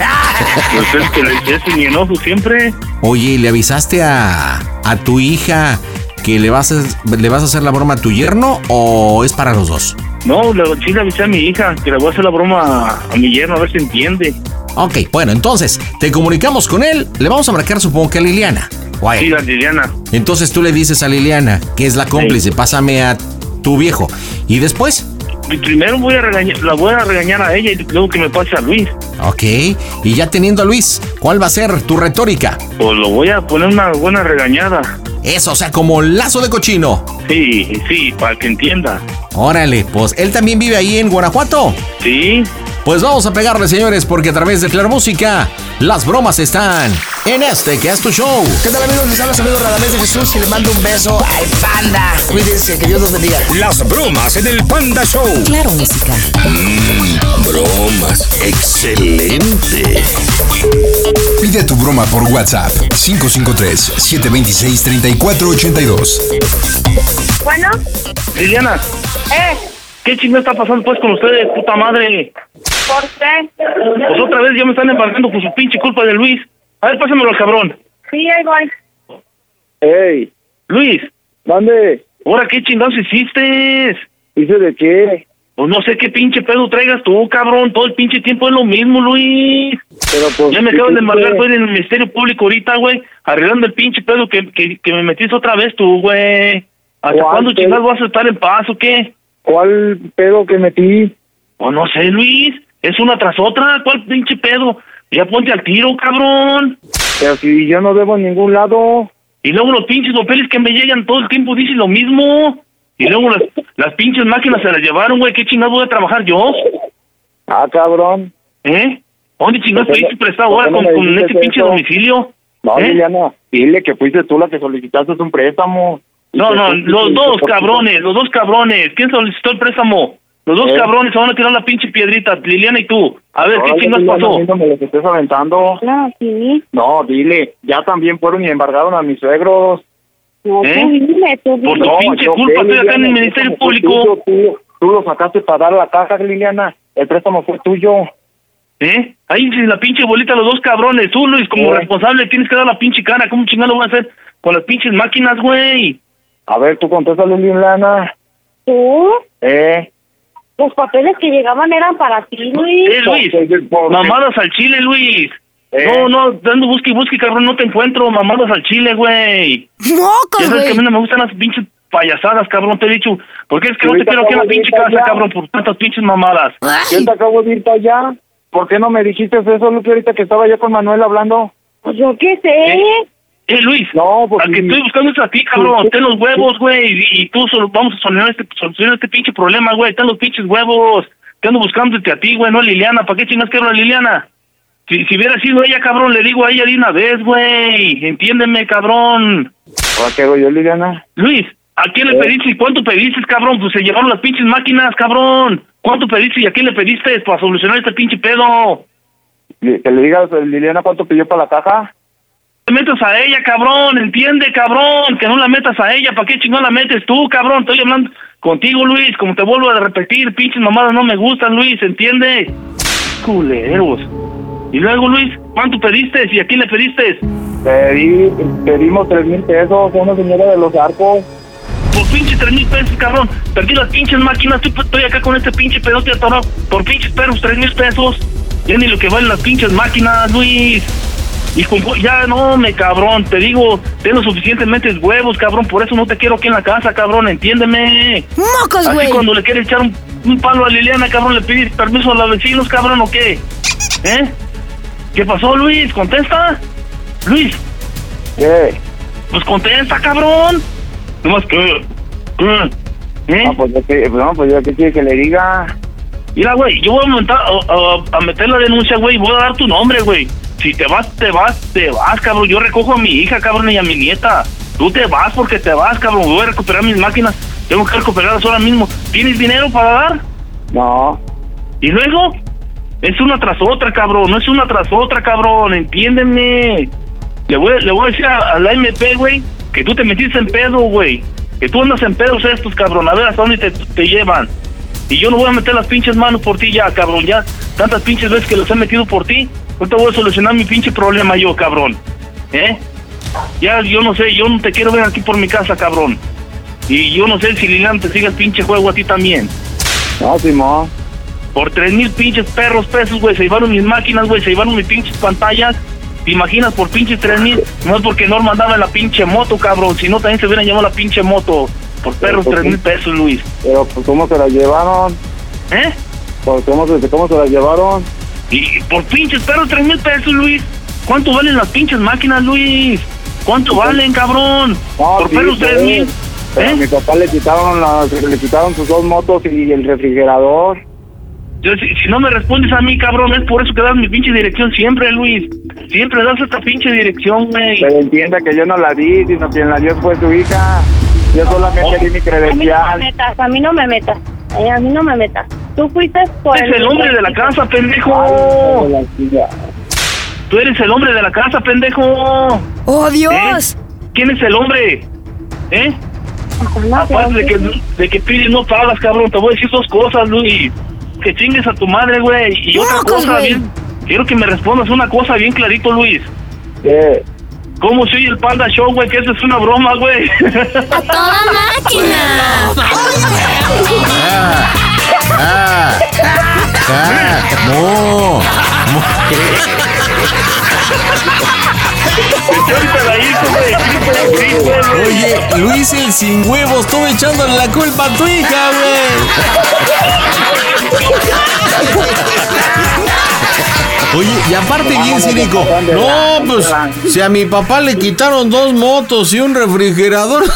S6: Pues es que le es mi enojo siempre.
S2: Oye, ¿y ¿le avisaste a, a tu hija que le vas, a, le vas a hacer la broma a tu yerno o es para los dos?
S6: No, le, sí le avisé a mi hija que le voy a hacer la broma a, a mi yerno a ver si entiende.
S2: Ok, bueno, entonces te comunicamos con él, le vamos a marcar supongo que a Liliana. Guay.
S6: Sí, la Liliana.
S2: Entonces tú le dices a Liliana, que es la cómplice, pásame a tu viejo. Y después,
S6: Y Primero voy a regañar, la voy a regañar a ella y luego que me pase a Luis.
S2: ok, y ya teniendo a Luis, ¿cuál va a ser tu retórica?
S6: Pues lo voy a poner una buena regañada.
S2: Eso, o sea, como lazo de cochino.
S6: Sí, sí, para que entienda.
S2: Órale, pues él también vive ahí en Guanajuato.
S6: Sí.
S2: Pues vamos a pegarle, señores, porque a través de Claro Música, las bromas están en este que es tu show.
S25: ¿Qué tal amigos? Les habla su amigo Radamés de Jesús y les mando un beso al panda. Cuídense, que Dios los bendiga.
S5: Las bromas en el Panda Show. Mm,
S1: Claro, música.
S18: Bromas. Excelente.
S9: Pide tu broma por WhatsApp 553-726-3482.
S17: Bueno,
S6: Liliana,
S17: eh,
S6: ¿qué chingo está pasando pues con ustedes, puta madre?
S17: ¿por qué?
S6: Pues otra vez ya me están embarcando por su pinche culpa de Luis. A ver, pásamelo al cabrón.
S17: Sí, ahí voy.
S6: ¡Ey! Luis. ¿Dónde? ¿Ahora qué chingados hiciste? ¿Hice de qué? Pues no sé qué pinche pedo traigas tú, cabrón. Todo el pinche tiempo es lo mismo, Luis. Pero pues... Ya me
S13: ¿qué
S6: acaban de
S13: hiciste?
S6: embargar, güey, en el Ministerio Público ahorita, güey. Arreglando el pinche pedo que, que, que me metiste otra vez tú, güey. ¿Hasta
S13: ¿Cuál
S6: cuándo
S13: pedo?
S6: chingados vas a estar en paz o qué? Oh,
S13: ¿Cuál pedo que metí?
S6: Pues no sé, Luis. Es una tras otra. ¿Cuál pinche pedo? Ya ponte al tiro, cabrón.
S11: Pero si yo no debo en ningún lado.
S6: Y luego los pinches papeles que me llegan todo el tiempo dicen lo mismo. Y luego las, las pinches máquinas se las llevaron, güey. ¿Qué chingados voy a trabajar yo?
S11: Ah, cabrón.
S6: ¿Eh? ¿Dónde chingados
S11: ¿Por qué
S6: pediste
S11: no-
S6: prestado
S11: por qué
S6: ahora
S11: no
S6: con,
S11: me
S6: con
S11: dijiste
S6: este pinche
S11: eso?
S6: domicilio?
S11: No,
S6: ¿Eh?
S11: Liliana, dile que fuiste tú la que solicitaste un préstamo.
S6: No,
S11: Y
S6: no,
S11: que-
S6: los
S11: y-
S6: dos
S11: y-
S6: cabrones, los dos cabrones. ¿Quién solicitó el préstamo? Los dos
S11: Eh.
S6: cabrones se van a tirar la pinche piedrita, Liliana y tú. A ver, ¿qué
S11: Ay,
S6: chingados
S11: Liliana,
S6: pasó?
S11: a mí No me los estés aventando.
S17: No, sí.
S11: No, dile, ya también fueron y embargaron a mis suegros.
S17: No,
S11: ¿Eh?
S17: tú dime, tú
S11: Por
S17: dime.
S11: tu pinche culpa estoy acá en el Ministerio Público. Tú, tú lo sacaste para dar la caja, Liliana. El préstamo fue tuyo.
S6: ¿Eh? Ahí sin la pinche bolita los dos cabrones. Tú, Luis, como
S11: Eh.
S6: responsable tienes que dar la pinche cara. ¿Cómo chingados lo van a hacer con las pinches máquinas, güey?
S11: A ver, tú contéstale, Liliana.
S17: Tú,
S11: ¿Eh?
S17: los papeles que llegaban eran para ti, Luis.
S6: Eh, Luis,
S11: pues,
S6: mamadas al chile, Luis.
S11: Eh.
S6: No, no, dando busque y busque, cabrón, no te encuentro, mamadas al chile, güey. Ya sabes que a mí no me gustan las pinches payasadas, cabrón, te he dicho. Porque es que no te
S11: Ahorita
S6: quiero aquí en la
S11: acabo de
S6: pinche
S11: ir para
S6: casa,
S11: allá.
S6: cabrón, por tantas pinches mamadas.
S11: Yo te acabo de ir para allá. ¿Por qué no me dijiste eso, Luque, ahorita que estaba yo con Manuel hablando?
S17: Pues yo qué sé.
S6: Eh, Luis,
S11: No, pues,
S6: al que estoy buscando es a ti, cabrón. Ten los huevos, güey, y, y tú solo vamos a solucionar este, solucionar este pinche problema, güey. Ten los pinches huevos. Te ando buscándote a ti, güey, no a Liliana. ¿Para qué chingas quiero a Liliana? Si, si hubiera sido ella, cabrón, le digo a ella de una vez, güey. Entiéndeme, cabrón.
S11: ¿Ahora qué hago yo, Liliana?
S6: Luis, ¿a quién le
S11: Eh.
S6: pediste y cuánto pediste, cabrón? Pues se llevaron las pinches máquinas, cabrón. ¿Cuánto pediste y a quién le pediste para solucionar este pinche pedo?
S11: Li- ¿Que le digas, eh, Liliana, cuánto pidió para la caja?
S6: Te metas a ella, cabrón, entiende, cabrón, que no la metas a ella, ¿para qué chingón la metes tú, cabrón? Estoy hablando contigo, Luis, como te vuelvo a repetir, pinches mamadas no me gustan, Luis, ¿entiende? Culeros. Y luego, Luis, ¿cuánto pediste y a quién le pediste?
S11: Pedí, pedimos tres mil pesos a una señora de los arcos.
S6: Por pinches tres mil pesos, cabrón. Perdí las pinches máquinas, estoy, estoy acá con este pinche pedote atorado. Por pinches perros, tres mil pesos. Ya ni lo que valen las pinches máquinas, Luis. Y con- ya no, me cabrón, te digo, ten los suficientemente huevos, cabrón, por eso no te quiero aquí en la casa, cabrón, entiéndeme.
S1: ¡Mocos,
S6: Así
S1: güey!
S6: cuando le quieres echar un, un palo a Liliana, cabrón, le pides permiso a los vecinos, cabrón, ¿o qué? ¿Eh? ¿Qué pasó, Luis? ¿Contesta? Luis,
S11: ¿Qué?
S6: pues contesta, cabrón. Nomás que... que- ¿Eh?
S11: Ah, pues, yo qué- no, pues yo qué quiere que le diga.
S6: Mira, güey, yo voy a, montar, a, a- a meter la denuncia, güey, y voy a dar tu nombre, güey. Si te vas, te vas, te vas, cabrón. Yo recojo a mi hija, cabrón, y a mi nieta. Tú te vas porque te vas, cabrón. Voy a recuperar mis máquinas. Tengo que recuperarlas ahora mismo. ¿Tienes dinero para dar?
S11: No.
S6: Y luego, es una tras otra, cabrón. No es una tras otra, cabrón. Entiéndeme. Le voy, le voy a decir a, a la MP, güey, que tú te metiste en pedo, güey. Que tú andas en pedos estos, cabrón. A ver hasta dónde te, te llevan. Y yo no voy a meter las pinches manos por ti ya, cabrón. Ya tantas pinches veces que los he metido por ti. Ahorita voy a solucionar mi pinche problema yo, cabrón. ¿Eh? Ya, yo no sé, yo no te quiero ver aquí por mi casa, cabrón. Y yo no sé si Lilian te sigue el pinche juego a ti también.
S11: No, Simón.
S6: Por tres mil pinches perros pesos, güey, se llevaron mis máquinas, güey, se llevaron mis pinches pantallas. ¿Te imaginas por pinches tres mil? No es porque Norma andaba en la pinche moto, cabrón. Si no, también se hubieran llevado la pinche moto. Por perros
S11: Pero, pues,
S6: tres mil pesos, Luis.
S11: Pero, pues, ¿cómo se la llevaron?
S6: ¿Eh?
S11: Pues, ¿cómo se, cómo se la llevaron?
S6: Y por pinches perros tres mil pesos, Luis. ¿Cuánto valen las pinches máquinas, Luis? ¿Cuánto valen, cabrón? por
S11: pues. sí,
S6: perros
S11: pues,
S6: tres mil. ¿Eh?
S11: Pero a mi papá le quitaron, las- le quitaron sus dos motos y el refrigerador.
S6: Yo, si, si no me respondes a mí, cabrón, es por eso que das mi pinche dirección siempre, Luis. Siempre das esta pinche dirección, güey.
S11: Pero entienda que yo no la di, sino quien la dio fue su hija. Yo solamente
S6: Oh.
S17: A mí no
S11: di mi
S17: me
S11: credencial.
S17: metas, a mí no me metas. Ay, a mí no me metas. Tú fuiste por
S6: Eres el hombre de la casa, pendejo. Tú eres el hombre de la casa, pendejo.
S1: ¡Oh,
S6: Dios! ¿Quién es el hombre? ¿Eh? Aparte de que, de que pides no pagas, cabrón, te voy a decir dos cosas, Luis. Que chingues a tu madre, güey. Y otra
S1: Mocos,
S6: cosa,
S1: pues, güey.
S6: bien, quiero que me respondas una cosa bien clarito, Luis.
S11: ¿Qué?
S6: ¿Cómo soy el Panda Show, güey? Que eso es una broma, güey.
S10: Toda máquina.
S2: Ah, ah, no. Oye, Luis el sin huevos, tú echándole la culpa a tu hija, güey. Oye, y aparte bien cínico. No, pues si a mi papá le quitaron dos motos y un refrigerador.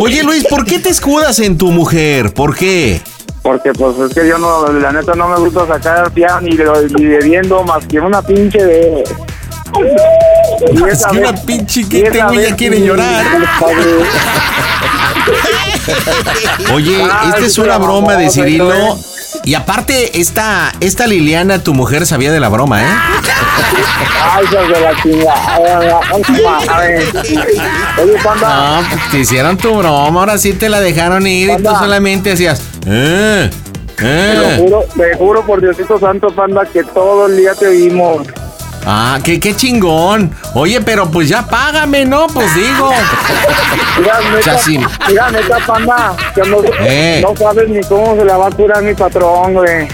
S2: Oye Luis, ¿por qué te escudas en tu mujer? ¿Por qué?
S11: Porque pues es que yo no, la neta no me gusta sacar piano ni, de- ni bebiendo más que una pinche de... Y
S2: Es
S11: esa
S2: que una
S11: vez-
S2: pinche
S11: y
S2: que
S11: esa
S2: tengo ya
S11: vez
S2: quiere
S11: sí,
S2: llorar.
S11: padre.
S2: Oye,
S11: Ay,
S2: esta
S11: sí
S2: es
S11: se
S2: una
S11: la mamó,
S2: broma de
S11: pero
S2: Cirilo.
S11: bueno.
S2: Y aparte, esta, esta Liliana, tu mujer, sabía de la broma, ¿eh?
S11: Ay, hijos de la chingada. A ver, Oye, panda.
S2: No, pues, te hicieron tu broma, ahora sí te la dejaron ir y tú solamente hacías. "Eh,
S11: Te lo
S2: eh".
S11: juro, te juro por Diosito Santo, panda, que todo el día te oímos.
S2: Ah, qué, qué chingón. Oye, pero pues ya págame, ¿no? Pues digo.
S11: Mira, neta,
S2: Chacín.
S11: mira, neta, panda, que no,
S2: Eh.
S11: no sabes ni cómo se la va a curar mi patrón, güey.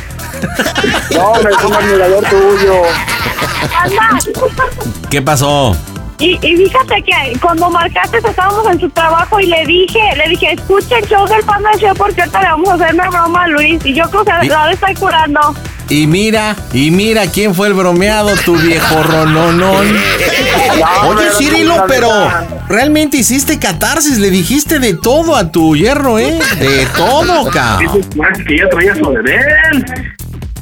S11: No, me es un admirador tuyo.
S2: ¿Qué pasó?
S3: Y, y fíjate que cuando marcaste estábamos en su trabajo y le dije, le dije, escucha el show del Panda Show porque ahorita le vamos a hacer una broma a Luis. Y yo creo que
S2: ¿Y?
S3: la está curando.
S2: Y mira, y mira quién fue el bromeado, tu viejo rononón. Oye, Cirilo, pero realmente hiciste catarsis, le dijiste de todo a tu hierro, ¿eh? De todo, cabrón.
S6: Ah, que ya traía su bebé.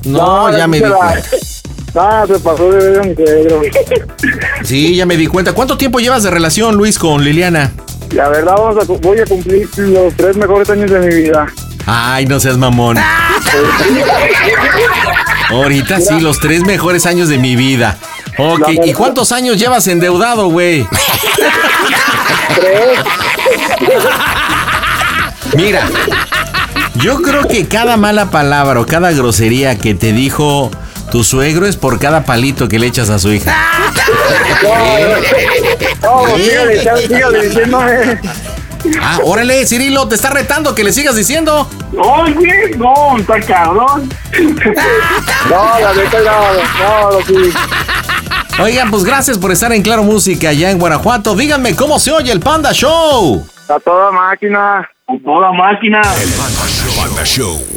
S2: No, ya me di cuenta.
S11: Ah, se pasó de ver un cuadro.
S2: Sí, ya me di cuenta. ¿Cuánto tiempo llevas de relación, Luis, con Liliana?
S11: La verdad, vamos a cu- voy a cumplir los tres mejores años de mi vida.
S2: Ay, no seas mamón. Ahorita sí, los tres mejores años de mi vida. Ok, ¿y cuántos años llevas endeudado, güey? Mira, yo creo que cada mala palabra o cada grosería que te dijo tu suegro es por cada palito que le echas a su hija.
S11: No, sígale, sígale, sígale diciéndome.
S2: Ah, órale, Cirilo, te está retando que le sigas diciendo.
S6: Oye, no, está cabrón.
S11: No, la neta, no, no, sí.
S2: Oigan, pues gracias por estar en Claro Música allá en Guanajuato. Díganme cómo se oye el Panda Show.
S11: A toda máquina.
S6: A toda máquina.
S5: Panda Show.